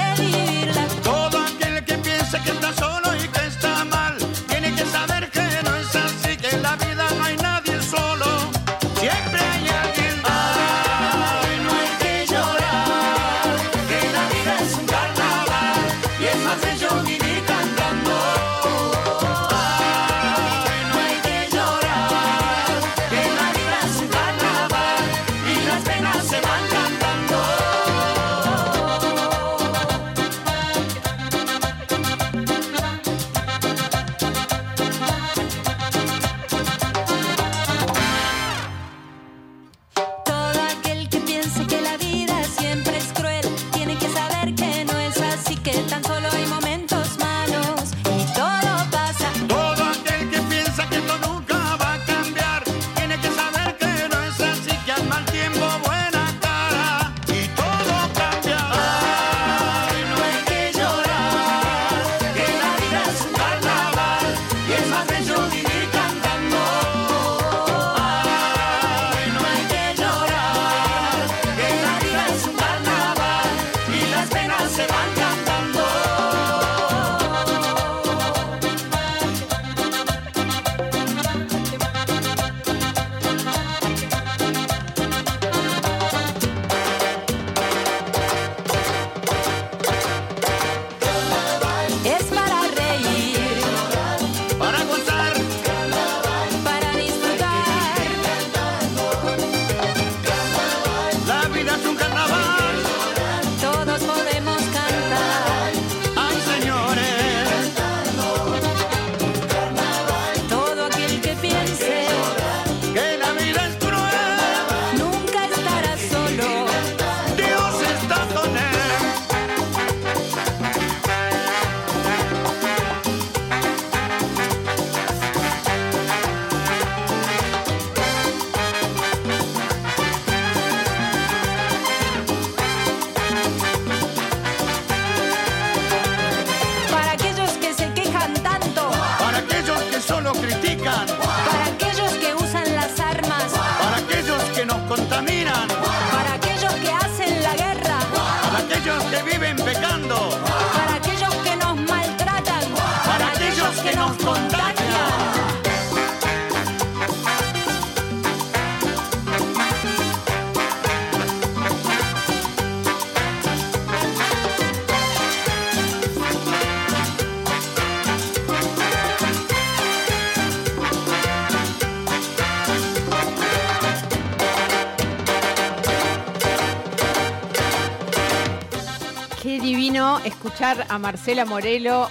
bueno escuchar a Marcela Morelo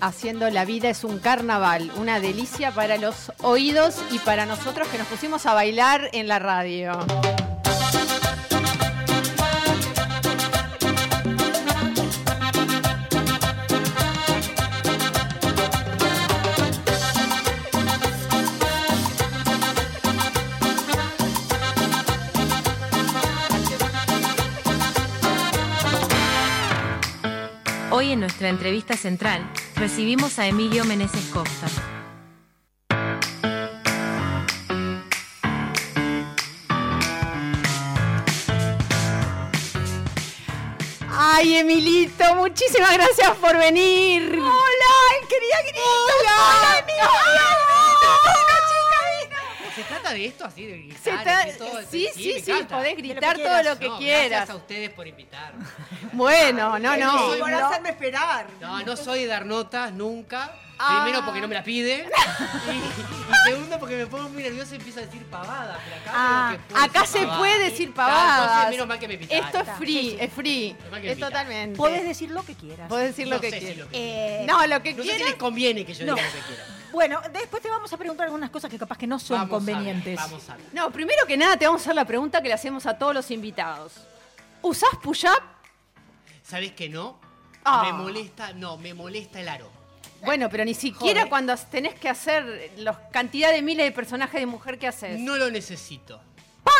haciendo La vida es un carnaval, una delicia para los oídos y para nosotros que nos pusimos a bailar en la radio. Hoy en nuestra entrevista central recibimos a Emilio Meneses Costa. Ay, Emilito, muchísimas gracias por venir. Hola, ay, querida Grito. Hola, Emilio. ¿Se trata de esto así, de gritar? Se tra- así todo? sí, sí, me sí, encanta. podés gritar todo lo que No, quieras. Gracias a ustedes por invitarme. Bueno, no, Ay, no. soy- Por no. hacerme esperar. No, no soy de dar notas nunca. Ah. Primero porque no me la pide. Y, y segundo porque me pongo muy nerviosa y empiezo a decir pavadas. Pero acá Ah, creo que puedo acá decir se pavadas. puede decir Claro, entonces, pavadas. menos mal que me pitaron. Esto es free, Sí, sí. es free. Menos mal que me Es pitaron. totalmente. Podés decir lo que quieras. Podés decir No lo que sé si quieras. lo que Eh, no, lo que No sé si quieras. les conviene que yo No. diga lo que quiera. Bueno, después te vamos a preguntar algunas cosas que capaz que no son Vamos a ver, convenientes. vamos a ver. No, primero que nada te vamos a hacer la pregunta que le hacemos a todos los invitados. ¿Usás push-up? ¿Sabes que no? Ah. Me molesta, no, me molesta el aro. Bueno, pero ni siquiera Joder. cuando tenés que hacer la cantidad de miles de personajes de mujer que haces. No lo necesito. ¡Pa!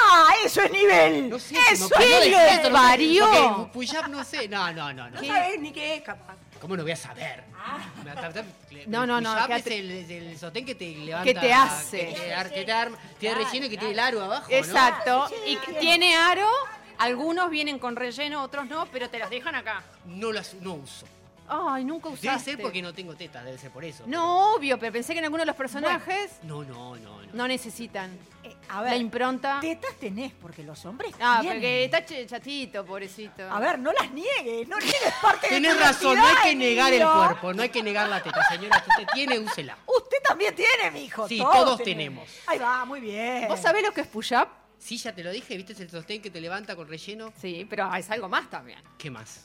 ¡Eso es nivel! No sé, ¡Eso como que no es dejé esto, nivel! no sé, ¡Parió! porque push-up no sé. No, no, no. no. No sabes Eh, ni qué es capaz. ¿Cómo no voy a saber? Ah, Me atap- No, no, no, push-up que es atre- el, es el sotén que te levanta. te hace. Que te, ar- que te arma- tiene relleno y que tiene el aro abajo. ¿no? Exacto. Y que tiene aro. Algunos vienen con relleno, otros no, pero te las dejan acá. No las no uso. Ay, nunca usaste. Debe ser porque no tengo teta, debe ser por eso. No, obvio, pero pensé que en algunos de los personajes No, no, no. no. no necesitan. eh, A ver, la impronta. tetas tenés, porque los hombres Ah, tienen. porque está ch- chatito, pobrecito. A ver, no las niegues, no niegues parte de Tienes tu razón, no hay que identidad, negar el Emilio. cuerpo, no hay que negar la teta. Señora, si usted tiene, úsela. Usted también tiene, mijo. Sí, todos tenemos. Ahí va, muy bien. ¿Vos sabés lo que es push-up? Sí, ya te lo dije, ¿viste? Es el sostén que te levanta con relleno. Sí, pero es algo más también. ¿Qué más?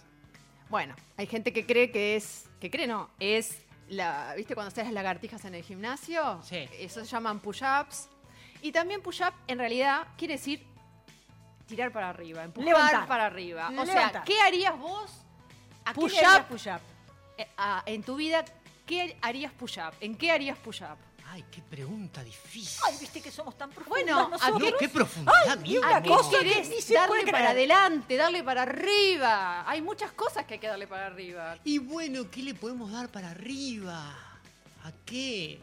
Bueno, hay gente que cree que es. que cree no, es la. ¿Viste cuando haces las lagartijas en el gimnasio? Sí. Eso se llaman push-ups. Y también push-up en realidad quiere decir tirar para arriba, empujar Levantar. para arriba. Ah, O sea, Levantar. ¿qué harías vos ¿A qué le harías push-up push-up? eh, a- en tu vida? ¿Qué harías push-up? ¿En qué harías push-up? Ay, qué pregunta difícil. Ay, viste que somos tan profundos Bueno, ¿a nosotros. No, qué profundidad, Ay, mierda, una no. cosa que ¿Querés ni se darle puede creer. para adelante, darle para arriba? Hay muchas cosas que hay que darle para arriba. Y bueno, ¿qué le podemos dar para arriba? ¿A qué?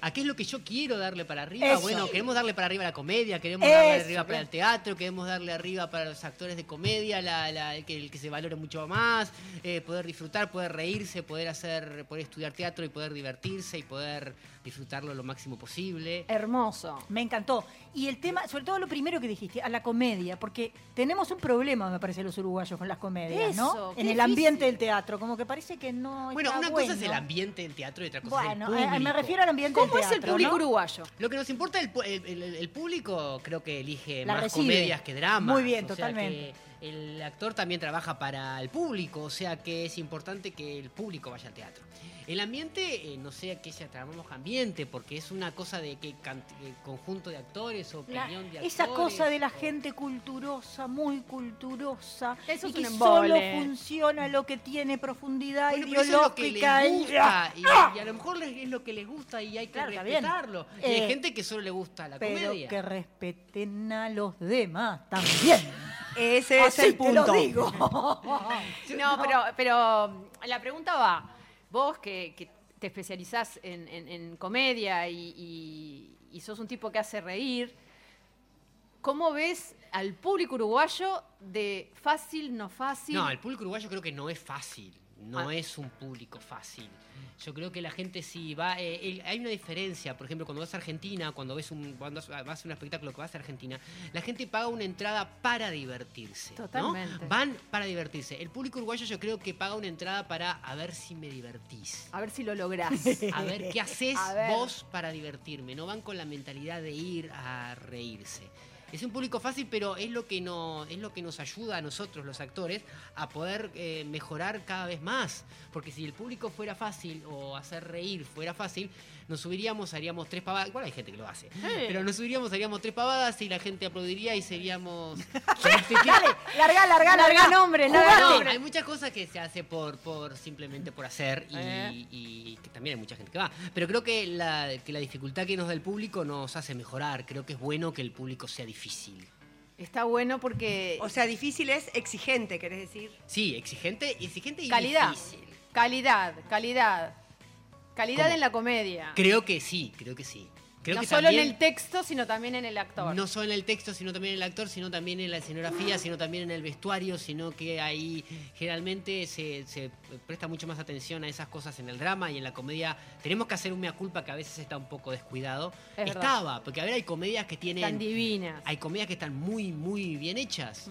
¿A qué es lo que yo quiero darle para arriba? Eso. Bueno, queremos darle para arriba a la comedia, queremos Eso, darle arriba para bien. el teatro, queremos darle arriba para los actores de comedia, la- la- el, que, el que se valore mucho más, eh, poder disfrutar, poder reírse, poder hacer, poder estudiar teatro y poder divertirse y poder disfrutarlo lo máximo posible. Hermoso. Me encantó. Y el tema, sobre todo lo primero que dijiste, a la comedia, porque tenemos un problema, me parece, los uruguayos con las comedias, Eso, ¿no? qué En el difícil. ambiente del teatro, como que parece que no Bueno, está una bueno. cosa es el ambiente del teatro y otra cosa Bueno, es el eh, público. me refiero al ambiente ¿Cómo del es el teatro, público ¿no? uruguayo? Lo que nos importa el, pu- el- el- el público creo que elige La más recibe. comedias que dramas. Muy bien, O sea totalmente. que el actor también trabaja para el público, o sea que es importante que el público vaya al teatro. El ambiente, eh, no sé a qué se llamamos ambiente, porque es una cosa de que can- eh, conjunto de actores, La- opinión de actores. esa cosa de la o- gente culturosa, muy culturosa, Eso y es que un solo embole. funciona lo que tiene profundidad Bueno, pero eso es lo que les ideológica. y- gusta, y, ¡Ah! y a lo mejor les- es lo que les gusta y hay que Claro, está bien. respetarlo. Y hay Eh, gente que solo le gusta la Pero comedia. que respeten a los demás también. Ese es Así el te punto. lo digo. No, pero, pero mm, la pregunta va, vos que, que te especializás en, en- en comedia y, y- y sos un tipo que hace reír, ¿cómo ves al público uruguayo de fácil, no fácil? No, el público uruguayo creo que no es fácil. No Ah. es un público fácil. Yo creo que la gente sí va. eh, el- hay una diferencia. Por ejemplo, cuando vas a Argentina, cuando ves un, cuando vas a un espectáculo que vas a Argentina, la gente paga una entrada para divertirse. ¿no? Totalmente. Van para divertirse. El público uruguayo yo creo que paga una entrada para a ver si me divertís. A ver si lo lográs. A ver qué haces A ver. vos para divertirme. No van con la mentalidad de ir a reírse. Es un público fácil, pero es lo que nos, es lo que nos ayuda a nosotros, los actores, a poder eh, mejorar cada vez más. Porque si el público fuera fácil o hacer reír fuera fácil, nos subiríamos, haríamos tres pavadas. Igual hay gente que lo hace. Pero nos subiríamos, haríamos tres pavadas y la gente aplaudiría y seríamos. Larga, larga, larga. nombre, No, larga no, nombre. hay muchas cosas que se hace por, por simplemente por hacer y, Eh. y que también hay mucha gente que va. Pero creo que la, que la dificultad que nos da el público nos hace mejorar. Creo que es bueno que el público sea difícil. Está bueno porque. O sea, difícil es exigente, querés decir. Sí, exigente, exigente y Calidad. difícil. Calidad, calidad. Calidad ¿Cómo? en la comedia. Creo que sí, creo que sí. Creo no que solo también- en el texto, sino también en el actor. No solo en el texto, sino también en el actor, sino también en la escenografía, sino también en el vestuario, sino que ahí generalmente se, se presta mucho más atención a esas cosas en el drama y en la comedia. Tenemos que hacer un mea culpa que a veces está un poco descuidado. Es verdad. Estaba, porque a ver, hay comedias que tienen... Tan divinas. Hay comedias que están muy, muy bien hechas.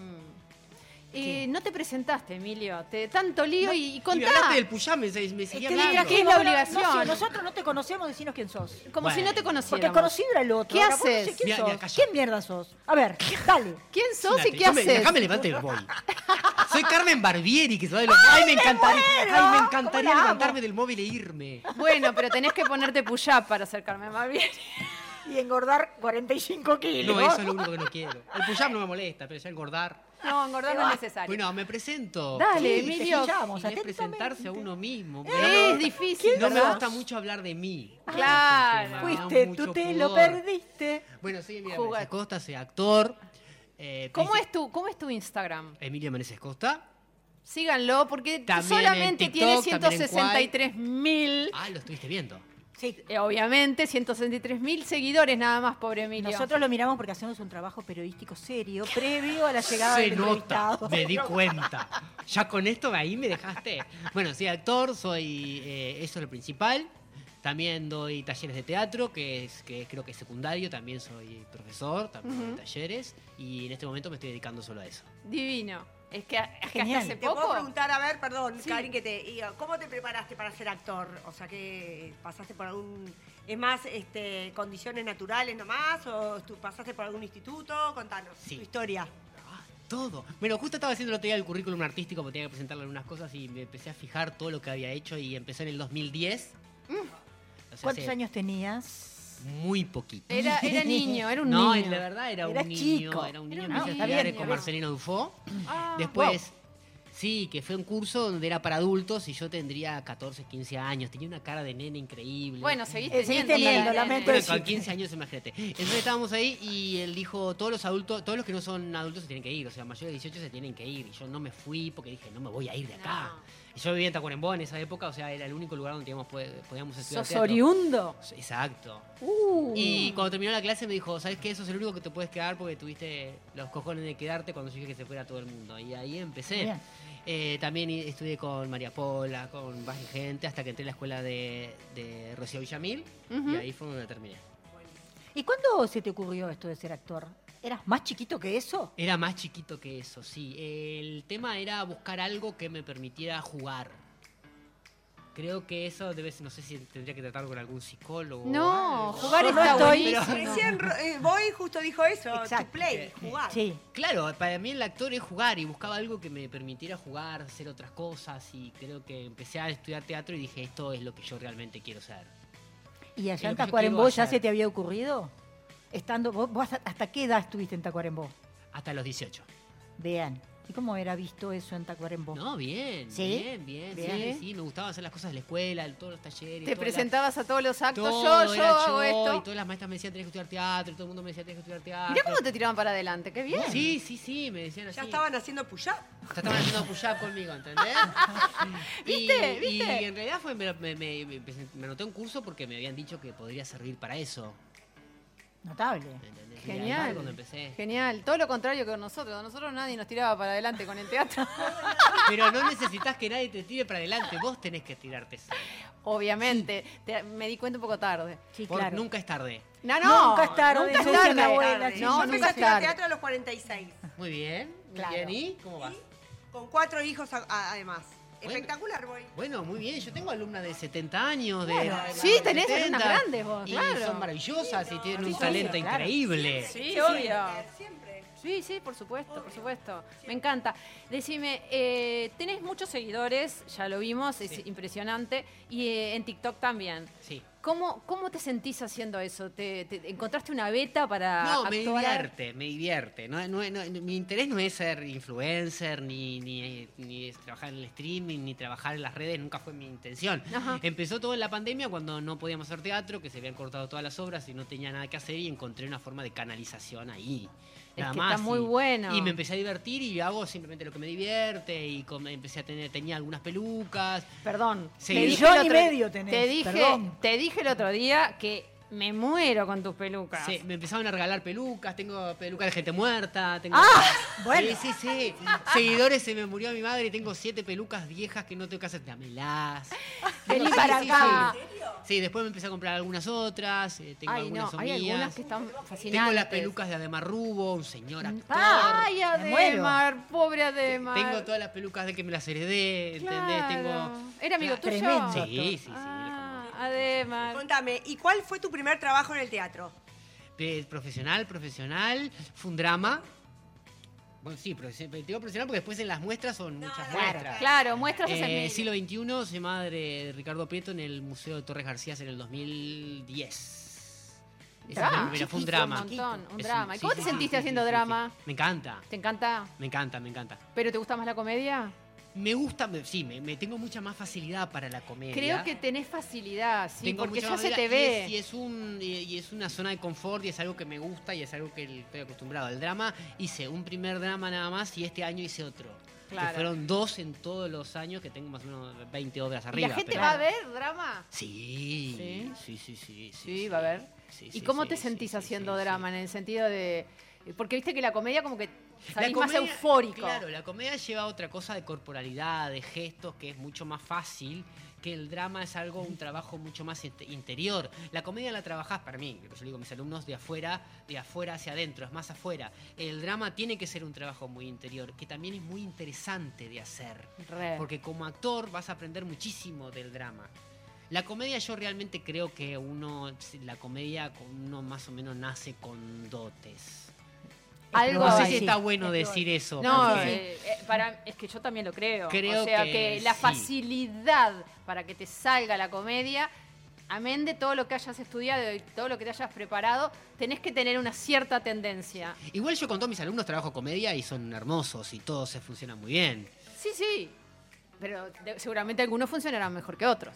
Eh, no te presentaste, Emilio. Te, tanto lío y, y Y me contá. hablaste del puyame, me, me seguí te hablando. diga que es la obligación. No, si nosotros no te conocemos, decinos quién sos. Como Bueno. si no te conociéramos. Porque el conocido era el otro. ¿Qué Ahora, vos no sé haces? ¿Quién Mira, mira, sos? ¿Quién mierda sos? A ver, dale. ¿Quién sos y Imagínate, qué yo me- haces? Acá me levanto y me voy. Soy Carmen Barbieri, que se va de los... ¡Ay, me encantaría! muero! ¡Ay, me encantaría ¿Cómo la amo? levantarme del móvil e irme! Bueno, pero tenés que ponerte push-up para acercarme más bien. Y engordar 45 kilos. No, eso es lo único que no quiero. El push-up no me molesta, pero ya engordar. No, engordar no es necesario. Bueno, me presento. Dale, Sí, Emilio. Y no es presentarse a uno mismo. Es pero no- difícil, Eh, No me ¿verdad? gusta mucho hablar de mí. Claro. Me da Fuiste, mucho tú te lo pudor. perdiste. Bueno, soy Emilio Juga- Meneses Costa, soy actor. eh, ¿Cómo princip- es, tu, ¿Cómo es tu Instagram? Emilio Meneses Costa. Síganlo porque También en solamente tiene TikTok, también en Quai. 163 mil, Ah, lo estuviste viendo. Eh, obviamente, 163 mil seguidores nada más, pobre Emilio. Nosotros lo miramos porque hacemos un trabajo periodístico serio previo a la llegada Se del nota, entrevistado. me di cuenta. Ya con esto ahí me dejaste. Bueno, soy actor, soy eh, eso es lo principal. También doy talleres de teatro, que es que creo que es secundario. También soy profesor, también doy Ujú. talleres. Y en este momento me estoy dedicando solo a eso. Divino. Es que, es que hasta Genial. hace Te puedo poco. preguntar, a ver, perdón, Karin, que te. y, ¿Cómo te preparaste para ser actor? O sea, que pasaste por algún. ¿Es más este, condiciones naturales nomás? ¿O tú pasaste por algún instituto? Contanos Sí. tu historia. Todo. Bueno, justo estaba haciendo el otro día el currículum artístico porque tenía que presentarle algunas cosas y me empecé a fijar todo lo que había hecho y empecé en el 2010. O sea, ¿Cuántos hace años tenías? Muy poquito. Era, era niño, era un no, niño. la verdad era Eras un niño. chico. Era un Era niño. Empecé un a niño. estudiar Bien, con ¿no? Marcelino Dufo. Ah, Después, sí, que fue un curso donde era para adultos y yo tendría 14, 15 años. Tenía una cara de nene increíble. Bueno, seguís Eh, seguís teniendo. teniendo, la- la- lamento Bueno, decir. con 15 años, imagínate. Entonces estábamos ahí y él dijo, todos los adultos, todos los que no son adultos se tienen que ir, o sea, mayores de 18 se tienen que ir. Y yo no me fui porque dije, no me voy a ir de acá. Y yo vivía en Tacuarembó en esa época, o sea, era el único lugar donde teníamos- pues, podíamos estudiar ¿Sos teatro. oriundo? Exacto. Uh. Mm. Y cuando terminó la clase me dijo, ¿sabes qué? Eso es el único que te puedes quedar porque tuviste los cojones de quedarte cuando yo dije que se fuera todo el mundo. Y ahí empecé. Bien. Eh, también i- estudié con María Pola, con más gente, hasta que entré a la escuela de, de Rocío Villamil. Y Ujú. ahí fue donde terminé. ¿Y cuándo se te ocurrió esto de ser actor? ¿Eras más chiquito que eso? Era más chiquito que eso, sí. El tema era buscar algo que me permitiera jugar. Creo que eso debe ser, no sé si tendría que tratarlo con algún psicólogo. o No, algo. jugar No, no está estoy- buenísimo. Recién eh, voy justo dijo eso, Oh, Exacto. to play, jugar. Sí. Claro, para mí el actor es jugar y buscaba algo que me permitiera jugar, hacer otras cosas y creo que empecé a estudiar teatro y dije, esto es lo que yo realmente quiero ser. ¿Y Es lo allá en que yo Tacuarembó quiero ya hacer. se te había ocurrido? Estando, vos, vos hasta, ¿Hasta qué edad estuviste en Tacuarembó? Hasta los 18. Vean. ¿Y cómo era visto eso en Tacuarembó? No, bien, ¿Sí? bien, bien, Bien. Sí, sí, me gustaba hacer las cosas de la escuela, el- todos los talleres. Te todas las- presentabas a todos los actos. todo yo, yo era hago Y esto. todas las maestras me decían, tenés que estudiar teatro, y todo el mundo me decía, tenés que estudiar teatro. Mirá cómo te tiraban para adelante, qué bien. Sí, sí, sí, me decían así. Ya estaban haciendo push Ya estaban haciendo push-up conmigo, ¿entendés? ¿Viste? Y, ¿Viste? y en realidad fue, me, me- me- me present- me anoté a un curso porque me habían dicho que podría servir para eso. Notable. ¿me entendés? Y ahí Genial. fue cuando empecé. Genial. Todo lo contrario que con nosotros. Con Nosotros nadie nos tiraba para adelante con el teatro. Pero no necesitas que nadie te tire para adelante, vos tenés que tirarte. solo. Obviamente. Te- me di cuenta un poco tarde. Sí, Por- claro. Nunca es tarde. No, no. Nunca es tarde, Nunca es decía tarde. mi abuela. No, Sí, Yo empecé nunca a es estudiar tarde. teatro a los 46, Muy bien, muy Claro. bien. ¿Y cómo vas? con cuatro hijos a- a- además. Espectacular, voy. Bueno, muy bien, yo tengo alumnas de 70 años, de, Claro. de- Sí, de tenés 70, alumnas grandes vos, y claro. son maravillosas y tienen Sí, un sí, talento claro. increíble. Sí, obvio. Eh, Sí, sí, por supuesto, por supuesto. Me encanta. Decime, eh, tenés muchos seguidores, ya lo vimos, es impresionante, y eh, en TikTok también. Sí. ¿Cómo, ¿Cómo te sentís haciendo eso? ¿Te, te- encontraste una beta para No, actuar? me divierte, me divierte. No, no- no- mi interés no es ser influencer, ni, ni, ni es trabajar en el streaming, ni trabajar en las redes, nunca fue mi intención. Ajá. Empezó todo en la pandemia cuando no podíamos hacer teatro, que se habían cortado todas las obras y no tenía nada que hacer y encontré una forma de canalización ahí. Es Nada que más. está muy y- bueno. Y me empecé a divertir y hago simplemente lo que me divierte y com- empecé a tener, tenía algunas pelucas. Perdón, Seguí- millón y medio tenés. Te dije, perdón. te dije el otro día que me muero con tus pelucas. Sí, me empezaron a regalar pelucas, tengo pelucas de gente muerta, tengo... Ah, Sí, bueno. Sí, sí, Seguidores, se me murió mi madre y tengo siete pelucas viejas que no tengo que hacer. Dámelas. Vení Digo, sí, para sí, acá. sí. Sí, después me empecé a comprar algunas otras, eh, tengo Ay, no, algunas hay son mías. algunas que Mm, están fascinantes. Tengo las pelucas de Ademar Rubo, un señor actor. Ay, Me muero. Ademar, pobre Ademar. Tengo todas las pelucas de que me las heredé, ¿entendés? Claro. Tengo... ¿Era amigo tuyo? Ah, Sí, sí, sí. Además. Contame, ¿y cuál fue tu primer trabajo en el teatro? Pe- Profesional, profesional. Fue un drama. Bueno, sí, profe- te digo profesional porque después en las muestras son muchas muestras. claro, muestras hacen Eh, mil. siglo XXI, soy madre de Ricardo Prieto en el Museo de Torres García en el 2010. Esa Ah, fue la primera, fue un drama. Un montón, un Es drama. ¿Y sí, cómo sí, te sí, sentiste sí, haciendo sí, sí. drama? Me encanta, ¿Te encanta? me encanta, me encanta. ¿Pero te gusta más la comedia? Me gusta, me- sí, me, me tengo mucha más facilidad para la comedia. Creo que tenés facilidad, sí, Tengo porque mucha ya más se te habilidad y ve. es- Y es, un, y- y es una zona de confort y es algo que me gusta y es algo que el- estoy acostumbrado. El drama, hice un primer drama nada más y este año hice otro. Claro. Que fueron dos en todos los años, que tengo más o menos 20 obras ¿Y arriba. la gente pero- va a ver drama? Sí, sí, sí, sí. Sí, Sí, va a haber. Sí, ¿Y sí, cómo sí, te sí, sentís sí, haciendo sí, drama en el sentido de... Porque viste que la comedia como que salís más comedia- eufórico. Claro, la comedia lleva otra cosa de corporalidad, de gestos, que es mucho más fácil, que el drama es algo, un trabajo mucho más inte- interior. La comedia la trabajás, para mí, lo que yo digo a mis alumnos, de afuera, de afuera hacia adentro, es más afuera. El drama tiene que ser un trabajo muy interior, que también es muy interesante de hacer. Re. Porque como actor vas a aprender muchísimo del drama. La comedia yo realmente creo que uno, la comedia uno más o menos nace con dotes. Algo no sé hay. si está bueno Sí. decir eso. No, porque- eh, eh, para, es que yo también lo creo. Creo o sea, que, que la sí. facilidad para que te salga la comedia, amén de todo lo que hayas estudiado y todo lo que te hayas preparado, tenés que tener una cierta tendencia. Igual yo con todos mis alumnos trabajo comedia y son hermosos y todos se funcionan muy bien. Sí, sí. Pero de- seguramente algunos funcionarán mejor que otros.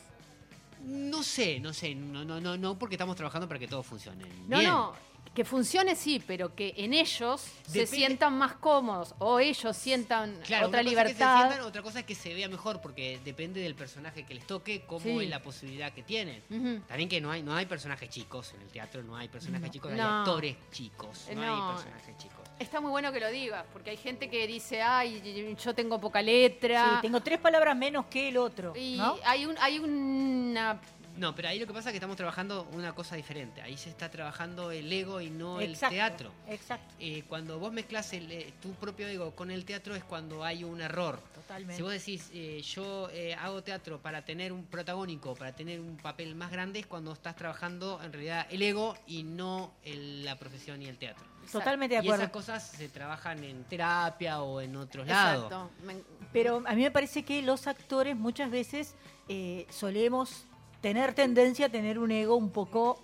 No sé, no sé, no, no, no, no, porque estamos trabajando para que todo funcione. No, bien. no. Que funcione sí, pero que en ellos se Depende- sientan más cómodos o ellos sientan Claro, una cosa es otra que se libertad. sientan, otra cosa es que se vea mejor, porque depende del personaje que les toque, cómo Sí. es la posibilidad que tienen. Ujú. También que no hay, no hay personajes chicos en el teatro, no hay personajes chicos, hay No. actores chicos, no, No. hay personajes chicos. Está muy bueno que lo digas, porque hay gente que dice, ay, yo tengo poca letra. Sí, tengo tres palabras menos que el otro. Y ¿no? hay, un, hay una... No, pero ahí lo que pasa es que estamos trabajando una cosa diferente. Ahí se está trabajando el ego y no Exacto, el teatro. Exacto. Eh, cuando vos mezclas tu propio ego con el teatro es cuando hay un error. Totalmente. Si vos decís, eh, yo eh, hago teatro para tener un protagónico, para tener un papel más grande, es cuando estás trabajando en realidad el ego y no el- la profesión y el teatro. Totalmente de Y acuerdo. esas cosas se trabajan en terapia o en otros lados. Pero a mí me parece que los actores muchas veces eh, solemos tener tendencia a tener un ego un poco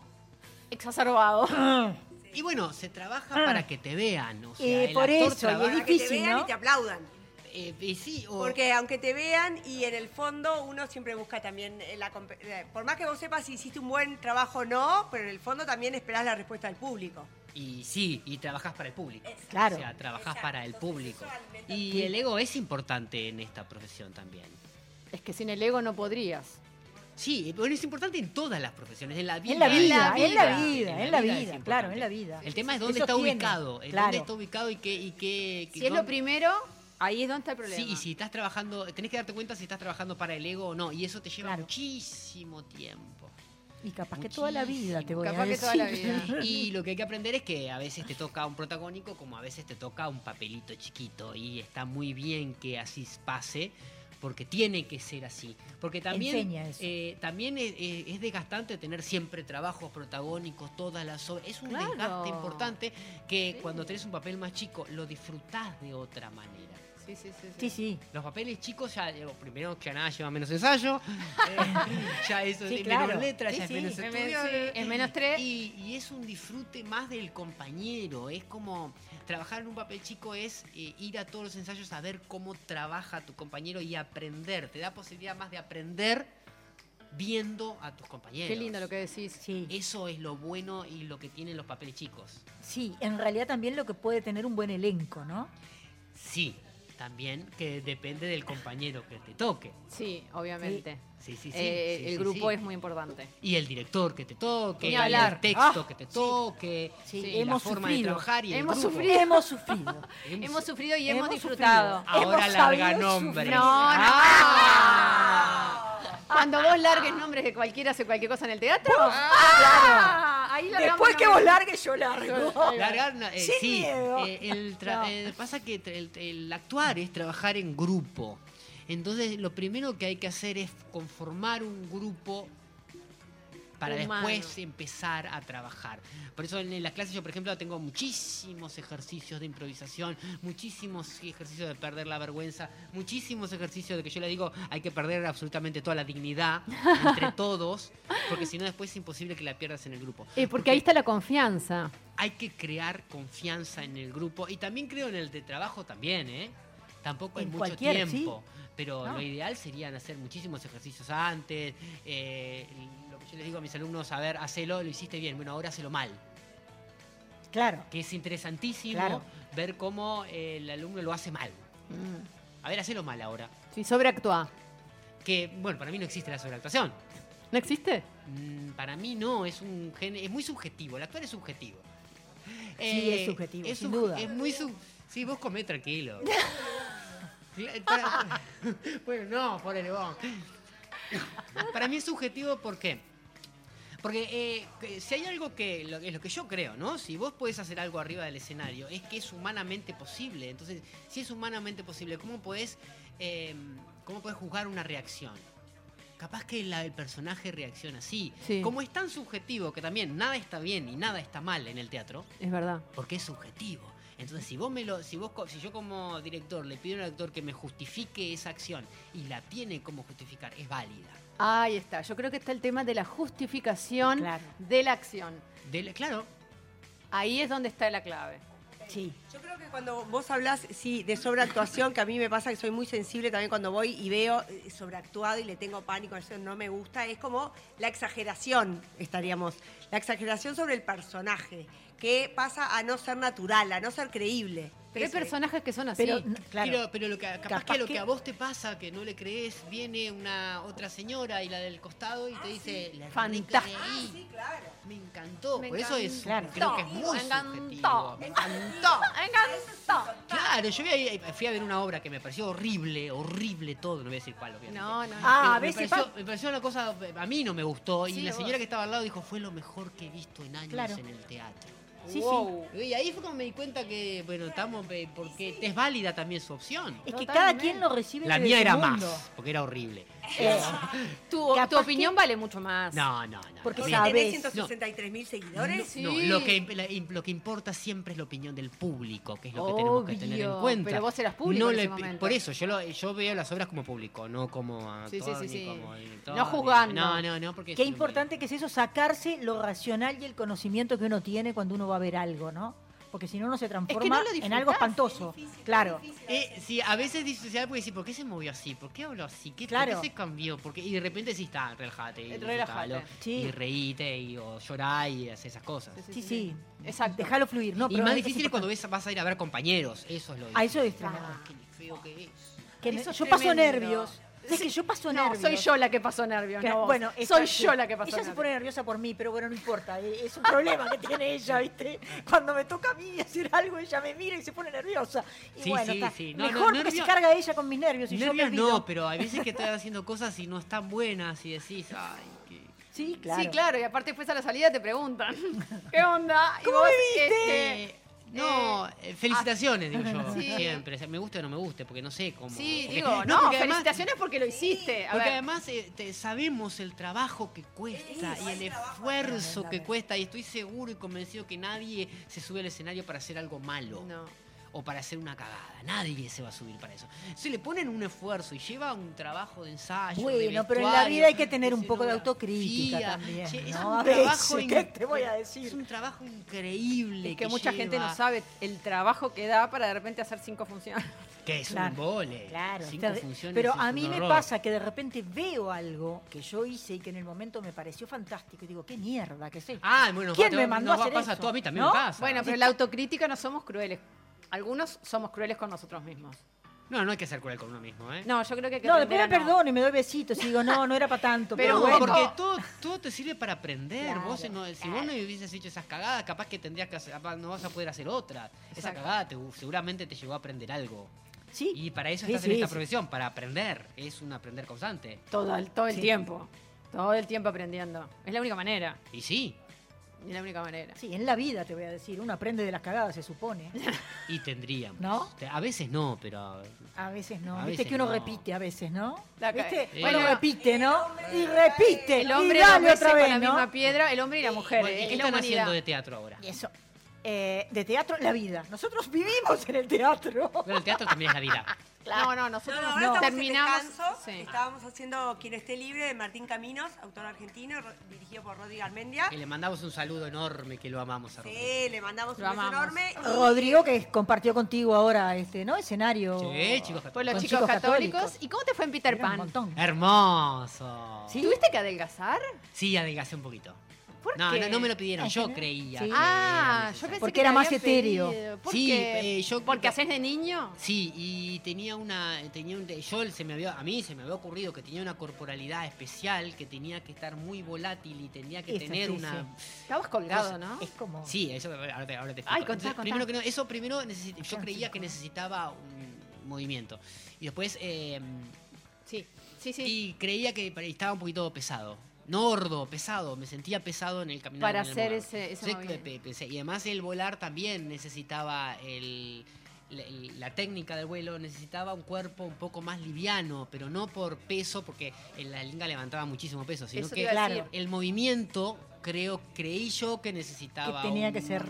exacerbado. Y bueno, se trabaja Ah. para que te vean. O sea, Eh, el por actor eso, y es trabaja- Para que te vean y te aplaudan. Eh, y sí, o- Porque aunque te vean y en el fondo uno siempre busca también eh, la comp- eh, por más que vos sepas si hiciste un buen trabajo o no, pero en el fondo también esperás la respuesta del público. Y sí, y trabajás para el público. Claro. O sea, trabajás para el público. Y el ego es importante en esta profesión también. Es que sin el ego no podrías. Sí, bueno, es importante en todas las profesiones, en la vida. en la vida, en en la vida, en la es vida, importante. claro, en la vida. El tema es dónde Eso está tiene, ubicado, en claro. dónde está ubicado y qué... Y qué, Si es lo dónde- primero, ahí es donde está el problema. Sí, y si estás trabajando, tenés que darte cuenta si estás trabajando para el ego o no, y eso te lleva muchísimo tiempo. Y capaz que toda la vida te voy a Capaz que toda la decir. vida. Y lo que hay que aprender es que a veces te toca un protagónico como a veces te toca un papelito chiquito y está muy bien que así pase porque tiene que ser así. Porque también, Enseña eso. eh, también es, eh, es desgastante tener siempre trabajos protagónicos, todas las obras. Es un Claro. desgaste importante que Sí. cuando tenés un papel más chico lo disfrutás de otra manera. Sí, sí, sí. Sí, sí. Los papeles chicos ya, digo, primero que nada, lleva menos ensayo, eh, ya eso Sí, es claro. menos letra, Sí, ya sí. es menos Es menos- estudio, sí, eh, es menos tres. Y, y es un disfrute más del compañero, es como trabajar en un papel chico es eh, ir a todos los ensayos a ver cómo trabaja tu compañero y aprender, te da posibilidad más de aprender viendo a tus compañeros. Qué lindo lo que decís. Eso es lo bueno y lo que tienen los papeles chicos. Sí, en realidad también lo que puede tener un buen elenco, ¿no? Sí, también que depende del compañero que te toque. Sí, obviamente. Sí, sí, sí. Eh, sí, el sí, grupo sí. es muy importante. Y el director que te toque, Ni y hablar. el texto Ah, que te toque, Sí, y hemos la forma sufrido. de trabajar y el Hemos grupo. sufrido. Hemos sufrido. Hemos sufrido y hemos, Hemos disfrutado. sufrido. Ahora Hemos larga Ah. sabido nombres. sufrir. No, no. Ah. Cuando vos largues nombres de cualquiera hace cualquier cosa en el teatro. Ah, ahí largamos Después que vos nombres. largues, yo largo. Largar, no, eh, Sin sí. miedo. eh, el tra- No. eh, pasa que tra- el, el actuar es trabajar en grupo. Entonces, lo primero que hay que hacer es conformar un grupo para Humano. después empezar a trabajar. Por eso en las clases yo, por ejemplo, tengo muchísimos ejercicios de improvisación, muchísimos ejercicios de perder la vergüenza, muchísimos ejercicios de que yo le digo hay que perder absolutamente toda la dignidad entre todos, porque si no después es imposible que la pierdas en el grupo Eh, porque ahí está la confianza. hay que crear confianza en el grupo y también creo en el de trabajo también, ¿eh? Tampoco hay En mucho cualquier, tiempo, pero No. lo ideal serían hacer muchísimos ejercicios antes. eh, lo que yo les digo a mis alumnos, a ver, hacelo, lo hiciste bien, bueno, ahora hacelo mal. Claro. Que es interesantísimo Claro. ver cómo eh, el alumno lo hace mal. Mm. A ver, hacelo mal ahora. Si sobreactúa. Que, bueno, para mí no existe la sobreactuación. ¿No existe? Mm, Para mí no, es un gen- es muy subjetivo, el actuar es subjetivo. Sí, Eh, es subjetivo, sin sub- duda. Eh, Es muy sub- sí, vos comés tranquilo. Cla- para- bueno, no, por el Para mí es subjetivo ¿por qué? Porque eh, que- si hay algo que lo, es lo que yo creo, ¿no? Si vos podés hacer algo arriba del escenario, es que es humanamente posible. Entonces, si es humanamente posible, ¿cómo podés, eh, cómo podés juzgar una reacción? capaz que la- el personaje reacciona así. Sí. Como es tan subjetivo que también nada está bien y nada está mal en el teatro, Es verdad. porque es subjetivo. Entonces, si vos me lo, si vos, co- si yo como director le pido al actor que me justifique esa acción y la tiene como justificar, es válida. Ahí está. Yo creo que está el tema de la justificación de la acción. Del- claro. Ahí es donde está la clave. Sí. Yo creo que cuando vos hablas, sí, de sobreactuación, que a mí me pasa que soy muy sensible también cuando voy y veo eh, sobreactuado y le tengo pánico, eso no me gusta, es como la exageración, estaríamos, la exageración sobre el personaje, que pasa a no ser natural, a no ser creíble. Pero hay Eso es. personajes que son así. Pero, pero Eh, lo que, capaz, Capaz que lo que- que a vos te pasa, que no le crees, viene una otra señora y la del costado y te dice, la Ah, Fantástico. sí, claro. Me encantó. Me Por eso es, encantó. creo que es muy Me encantó. subjetivo. Me encantó. ¡Venganza! Claro, yo vi- fui a ver una obra que me pareció horrible, horrible todo, no voy a decir cuál, obviamente. No, no, no. Pero Ah, me, ves, pareció, pa- me pareció una cosa, eh, a mí no me gustó, y Sí, la vos. señora que estaba al lado dijo, fue lo mejor que he visto en años Claro. en el teatro. Sí, Wow. Y ahí fue como me di cuenta que, bueno, estamos, eh, porque es válida también su opción. Es que cada quien lo recibe La desde mía su era mundo. más, porque era horrible. Eh. Tu, tu opinión vale mucho más. No, no, no. Porque no. tenés No, 163 mil seguidores. No, lo, que, imp- la- imp- lo que importa siempre es la opinión del público, que es lo que tenemos que tener en Obvio, cuenta. pero vos eras público en le ese pi- momento. Por eso, yo, lo- yo veo las obras como público, no como Sí, actor, sí, sí, ni sí. como director, No ni- juzgando. No, no, no, porque... Qué es- importante que es eso, sacarse lo racional y el conocimiento que uno tiene cuando uno va a ver algo, ¿no? Porque si no, uno se transforma lo en algo disfrutás, espantoso. claro. Eh, sí, a veces disociar porque decir, ¿por qué se movió así? ¿Por qué habló así? ¿Qué, Claro. ¿Por qué se cambió? ¿Por qué? Y de repente sí está, relájate. y Relájate. disfrutalo, Sí. Y reíte, y, o llorá y haces esas cosas. Sí, sí. Exacto. Déjalo fluir, ¿no? y pero más es difícil es cuando importante. ves, vas a ir a ver compañeros. Eso es lo Ah, difícil. eso es tremendo. feo que es. Que me- Eso es yo paso tremendo. nervios. Es que yo paso No, nervios. soy yo la que pasó nervios. Claro, no vos. bueno, soy exacto. yo la que pasó Ella se nervios. pone nerviosa por mí, pero bueno, no importa. eh, Es un problema que tiene ella, ¿viste? Cuando me toca a mí hacer algo, ella me mira y se pone nerviosa. Y Sí, bueno, sí, está. sí. No, no, mejor que se nervio- carga ella con mis nervios. Y yo Nervios me olvido. no, pero hay veces que estás haciendo cosas y no están buenas y decís, ay, qué... Sí, Sí, claro, y aparte después a la salida te preguntan, ¿qué onda? Y ¿Cómo vos, me viste? este, No, Eh, eh, felicitaciones, ah, digo yo, sí. siempre. O sea, me guste o no me guste, porque no sé cómo. Sí, porque- digo, no, porque además- felicitaciones porque lo hiciste. A porque ver. además eh, te- sabemos el trabajo que cuesta y el esfuerzo que cuesta y estoy seguro y convencido que nadie se sube al escenario para hacer algo malo. O para hacer una cagada. Nadie se va a subir para eso. Se le ponen un esfuerzo y lleva un trabajo de ensayo. de Bueno, pero en la vestuario, vida hay que tener un poco de fotografía. autocrítica también. Che, es ¿no? un A trabajo veces, in- ¿qué te voy a Es un trabajo increíble. Es que mucha gente lleva- no sabe el trabajo que da para de repente hacer cinco funciones. Que es Claro, un vole. Claro, Cinco está de- funciones pero es a un mí me horror. pasa que de repente veo algo que yo hice y que en el momento me pareció fantástico y digo, qué mierda que sé. Ah, bueno, ¿quién te- me mandó nos a hacer pasa eso? todo, a mí también ¿No? me pasa. Bueno, pero la autocrítica no somos crueles. Algunos somos crueles con nosotros mismos. No, no hay que ser cruel con uno mismo, ¿eh? No, yo creo que hay que No, después aprender me a no. perdono y me doy besitos y digo, no, no era para tanto. Pero Pero, bueno, porque todo, todo te sirve para aprender. Claro, vos, no- si vos no hubieses hecho esas cagadas, capaz que tendrías que hacer, capaz no vas a poder hacer otra. Esa Exacto. cagada te- seguramente te llevó a aprender algo. Sí. Y para eso Sí, estás sí, en esta sí. profesión, para aprender. Es un aprender constante. Todo el, todo el Sí. tiempo. Todo el tiempo aprendiendo. Es la única manera. Y sí, Es la única manera. Sí, en la vida te voy a decir, uno aprende de las cagadas, se supone. y tendríamos. ¿No? Te- A veces no, pero. A veces no. A Viste veces que uno no. repite a veces, ¿no? La ca- ¿Viste? Sí. Bueno, Bueno, repite, ¿no? Y repite. El hombre y dos dale veces otra vez, con la ¿no? misma piedra, el hombre y la mujer. Bueno, ¿y eh, qué es la están haciendo humanidad. de teatro ahora? Eso. Eh, de teatro, la vida. Nosotros vivimos en el teatro. Pero el teatro también es la vida. No, no, nosotros No, no, ahora estamos terminamos. en descanso. Sí. Estábamos haciendo Quien esté libre de Martín Caminos, autor argentino, ro- dirigido por Rodrigo Armendia. Que le mandamos un saludo enorme, que lo amamos a Rodrigo. Sí, le mandamos Lo un beso amamos. enorme. Y- Rodrigo que compartió contigo ahora este, ¿no? Escenario. Sí, chicos católicos. Por los Con chicos, chicos católicos. católicos. ¿Y cómo te fue en Peter Era un Pan? montón. Hermoso. Sí. ¿Tuviste que adelgazar? Sí, adelgacé un poquito. ¿Por no, qué? no, no me lo pidieron, ¿En yo general? creía. Sí. que Ah, era yo pensé Porque que era te más habían etéreo. pedido. ¿Por Sí, qué? eh, yo- ¿Porque haces de niño? Sí, y tenía una, tenía un, yo se me había, a mí se me había ocurrido que tenía una corporalidad especial, que tenía que estar muy volátil y tenía que Eso, tener sí, una. Estabas colgado, ¿no? Es como. Sí, eso ahora te, ahora te explico. Ay, contá, Entonces, contá. Primero que no, eso primero necesit- yo creía que necesitaba un movimiento y después eh, Sí, sí, sí. y creía que pare- estaba un poquito pesado. No gordo, pesado, me sentía pesado en el caminar. Para en el hacer volar. ese- ese Entonces, movimiento. pe- pensé- y además el volar también necesitaba el, la, el- la técnica del vuelo, necesitaba un cuerpo un poco más liviano, pero no por peso, porque en la linga levantaba muchísimo peso, sino Eso te que iba a decir. el movimiento, creo, creí yo que necesitaba. Que tenía un que ser.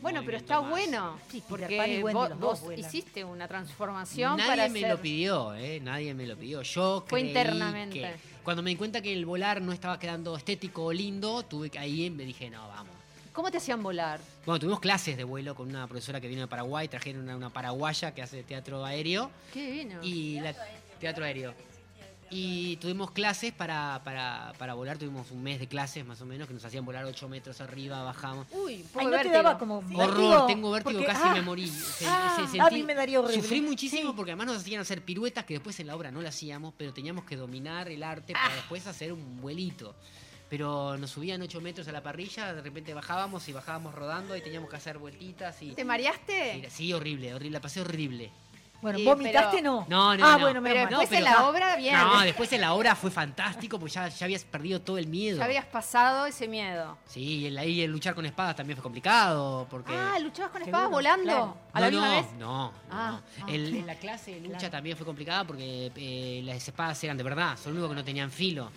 Bueno, movimiento pero está más. bueno. Sí, Peter Pan y Porque Wendy, vos, los dos vos vuelan. hiciste una transformación Nadie para me hacer- lo pidió, ¿eh? Nadie me lo pidió. Yo Fue creí internamente. que- cuando me di cuenta que el volar no estaba quedando estético o lindo, tuve que ahí me dije, no, vamos. ¿Cómo te hacían volar? Bueno, tuvimos clases de vuelo con una profesora que vino de Paraguay, trajeron una, una paraguaya que hace teatro aéreo Qué divino. y la- teatro aéreo. Y tuvimos clases para, para, para volar, tuvimos un mes de clases más o menos, que nos hacían volar 8 metros arriba, bajamos. Uy, Ay, poco no te vértigo. daba como Horror, tengo vértigo, Porque- casi ah, me morí. Se- ah, se- a sentí- mí me daría horrible. Sufrí muchísimo porque además nos hacían hacer piruetas que después en la obra no la hacíamos, pero teníamos que dominar el arte Ah. para después hacer un vuelito. Pero nos subían 8 metros a la parrilla, de repente bajábamos y bajábamos rodando y teníamos que hacer vueltitas y... ¿Te mareaste? Era- Sí, horrible, horrible, la pasé horrible. Bueno, Sí, ¿vomitaste pero- no? No, no, Ah, no. bueno, menos Pero mal. después en la obra, bien. No, después en la obra fue fantástico porque ya, ya habías perdido todo el miedo. Ya habías pasado ese miedo. Sí, y el, ahí el luchar con espadas también fue complicado porque... Ah, luchabas con espadas Seguro, volando. claro. A no, la misma no, vez. No, Ah, no. ah, El- claro. la clase de lucha Claro. también fue complicada porque eh, las espadas eran de verdad, son lo único que no tenían filo.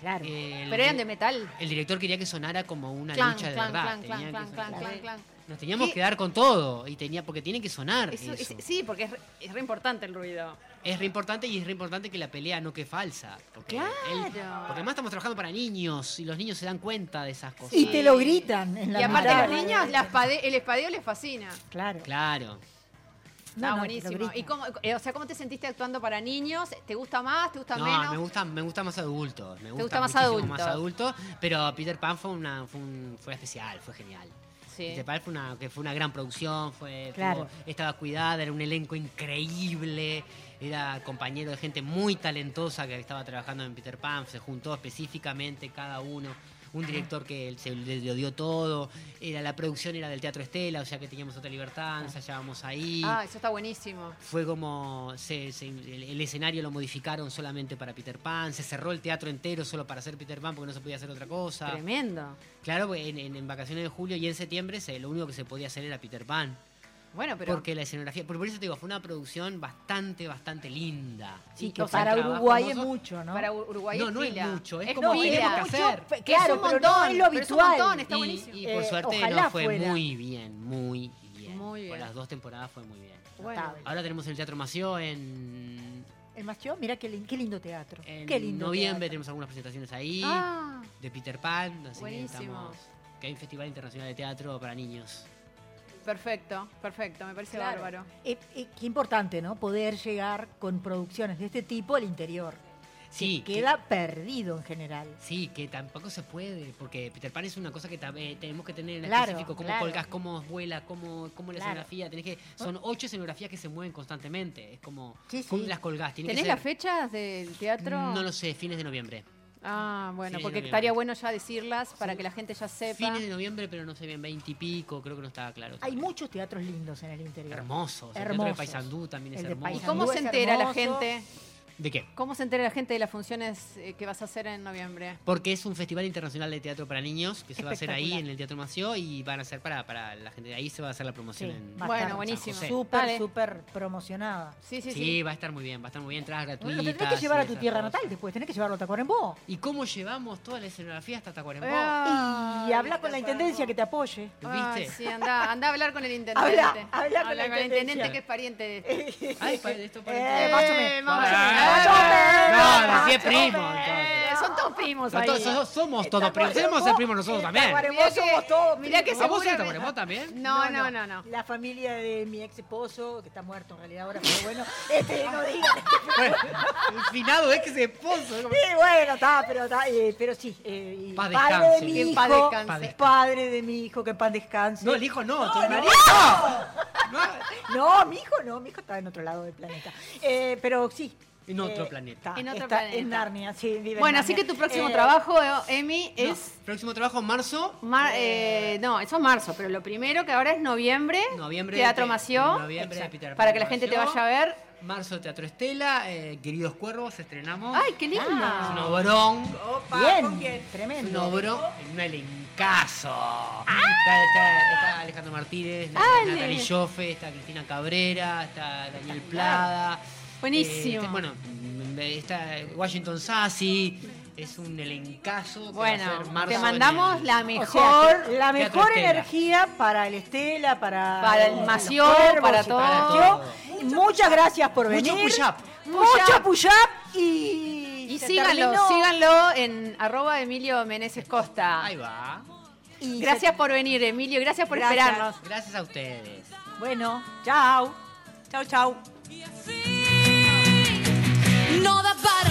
Claro. El- Pero eran de metal. El director quería que sonara como una Clan, lucha de clan, verdad. clan, Tenían clan, que clan, sonar. clan, clan, clan. Nos teníamos ¿Qué? que dar con todo y tenía porque tiene que sonar Eso- eso. es- sí, porque es re, es re importante el ruido. Es re importante y es re importante que la pelea no que falsa. Porque Claro. él- porque además estamos trabajando para niños y los niños se dan cuenta de esas cosas. Y te lo gritan en la y aparte mitad. a los niños la espade- el espadeo les fascina. Claro. Claro. No, Está no, te lo buenísimo. gritan. ¿Y cómo, eh, o sea, cómo te sentiste actuando para niños? ¿Te gusta más? ¿Te gusta No, menos? me gusta, me gusta más adulto. Me gusta, gusta más muchísimo más adulto. adulto. Pero Peter Pan fue una, fue, un- fue especial, fue genial. Sí. Peter Pan fue una, que fue una gran producción, fue, Claro. tuvo- estaba cuidada, era un elenco increíble, era compañero de gente muy talentosa que estaba trabajando en Peter Pan, se juntó específicamente cada uno. un director que se le lo dio todo, era la producción era del Teatro Estela, o sea que teníamos otra libertad, nos hallábamos ahí. Ah, eso está buenísimo. Fue como se- se- el, el escenario lo modificaron solamente para Peter Pan, se cerró el teatro entero solo para hacer Peter Pan porque no se podía hacer otra cosa. Tremendo. Claro, porque en, en- en vacaciones de julio y en septiembre se- lo único que se podía hacer era Peter Pan. Bueno, pero. Porque la escenografía, por, por eso te digo, fue una producción bastante, bastante linda. Sí, Y que o sea, para el trabajo Uruguay es hermoso- mucho, ¿no? Para Uruguay No, es no es pila. mucho, es Es como pila. tenemos que mucho, hacer. pe- Claro, es un pero no montón, es lo pero es un habitual. montón, está y, buenísimo. y por Eh, suerte ojalá no fue fuera. muy bien, muy bien. Muy Por bien. las dos temporadas fue muy bien. Bueno. Ahora tenemos el Teatro Mació en, El Mació, mira qué, lin- qué lindo teatro. en qué lindo noviembre, tenemos algunas presentaciones ahí Ah. de Peter Pan, así que Buenísimo. estamos- que hay un Festival Internacional de Teatro para niños. Perfecto, perfecto, me parece Claro. bárbaro. Eh, eh, qué importante, ¿no? Poder llegar con producciones de este tipo al interior. Sí, que- Queda perdido en general. Sí, que tampoco se puede, porque Peter Pan es una cosa que tam- eh, tenemos que tener en Claro, específico, cómo claro. colgas, cómo vuela, cómo, cómo la Claro. Oh. escenografía, tenés que, son ocho escenografías que se mueven constantemente, es como, Sí, sí. ¿cómo las colgás? Ah, Tiene que ¿Tenés ser- las fechas del teatro? No lo sé, fines de noviembre. Ah, bueno, Fines de porque noviembre. estaría bueno ya decirlas para que la gente ya sepa. Fines de noviembre, pero no sé bien, veinte y pico, creo que no estaba claro. Hay muchos teatros lindos en el interior. Hermosos, el teatro de Hermosos. Paysandú también es El de hermoso. ¿Y Paysandú cómo se es entera la hermoso. gente? ¿De qué? ¿Cómo se entera la gente de las funciones eh, que vas a hacer en noviembre? Porque es un festival internacional de teatro para niños que se va a hacer ahí Espectacular. en el Teatro Mació y van a ser para, para la gente de ahí, se va a hacer la promoción Sí, en va a Bueno, estar buenísimo. San José. Súper, Dale. súper promocionada. Sí, Sí, sí, sí. va a estar muy bien, va a estar muy bien, entradas gratuitas. Bueno, lo tenés que llevar y a tu esas tierra cosas. natal después, tenés que llevarlo a Tacuarembó. ¿Y cómo llevamos toda la escenografía hasta Tacuarembó? Ah, y habla con la intendencia que te apoye. Ah, ¿Viste? sí, anda, anda a hablar con el intendente. Habla, habla con la el intendente intendencia. que es pariente de este. Ay, pa- de esto Eh, parece... más o menos. más o menos. Ah, Más o No, no, sí es menos. primo, entonces. Eh, Son todos primos No, ahí. todos- so- somos todos primos, somos el primo nosotros también. Tacuarembó somos todos. Mirá que ¿A vos eres de seguramente- Tacuarembó también? No, no, no, no. La familia de mi ex esposo, que está muerto en realidad ahora, pero bueno, este no diga. Bueno, el finado es que se esposo. Sí, bueno, está, pero está, eh, pero sí. eh, y Paz padre de descanse. mi Que en hijo, paz descanse. Paz descanse. padre de mi hijo, que en paz descanse. No, el hijo no, tu no. marido. No, mi hijo no, mi hijo está en otro lado del planeta. Eh, pero sí. En otro eh, planeta. está- En otro está planeta. En Narnia, sí. vive en Bueno, así que Narnia. tu próximo Eh, trabajo, Emi, No, es. Próximo trabajo, marzo. mar- eh, no, eso es marzo, pero lo primero que ahora es noviembre. Noviembre. Teatro te- Mació. Noviembre de Peter Pan Para que la gente te Mació. vaya a ver. Marzo, Teatro Estela. eh, Queridos Cuervos, estrenamos. ¡Ay, qué lindo! Mm. Ah, Es un obrón. Bien, tremendo. Un obrón. Un elencazo. Ah. Está, está- está Alejandro Martínez, Ale. Natalie Joffe, está Cristina Cabrera, está Daniel Plada. Buenísimo. Eh, está- bueno, mm, está Washington Sassi. Es un elencazo. que va a ser Bueno, marzo te en mandamos el- la O sea, mejor. que la Teatro mejor Estela. energía para el Estela, para, Para el los Mació, cuervos para y todo. Mació. Muchas gracias por venir. Mucho push-up. Mucho push-up y. Y se síganlo, terminó. síganlo en arroba Emilio Meneses Costa. Ahí va. Y se- Gracias por venir, Emilio, gracias por Gracias. esperarnos. Gracias a ustedes. Bueno, chao. Chau, chau. No da para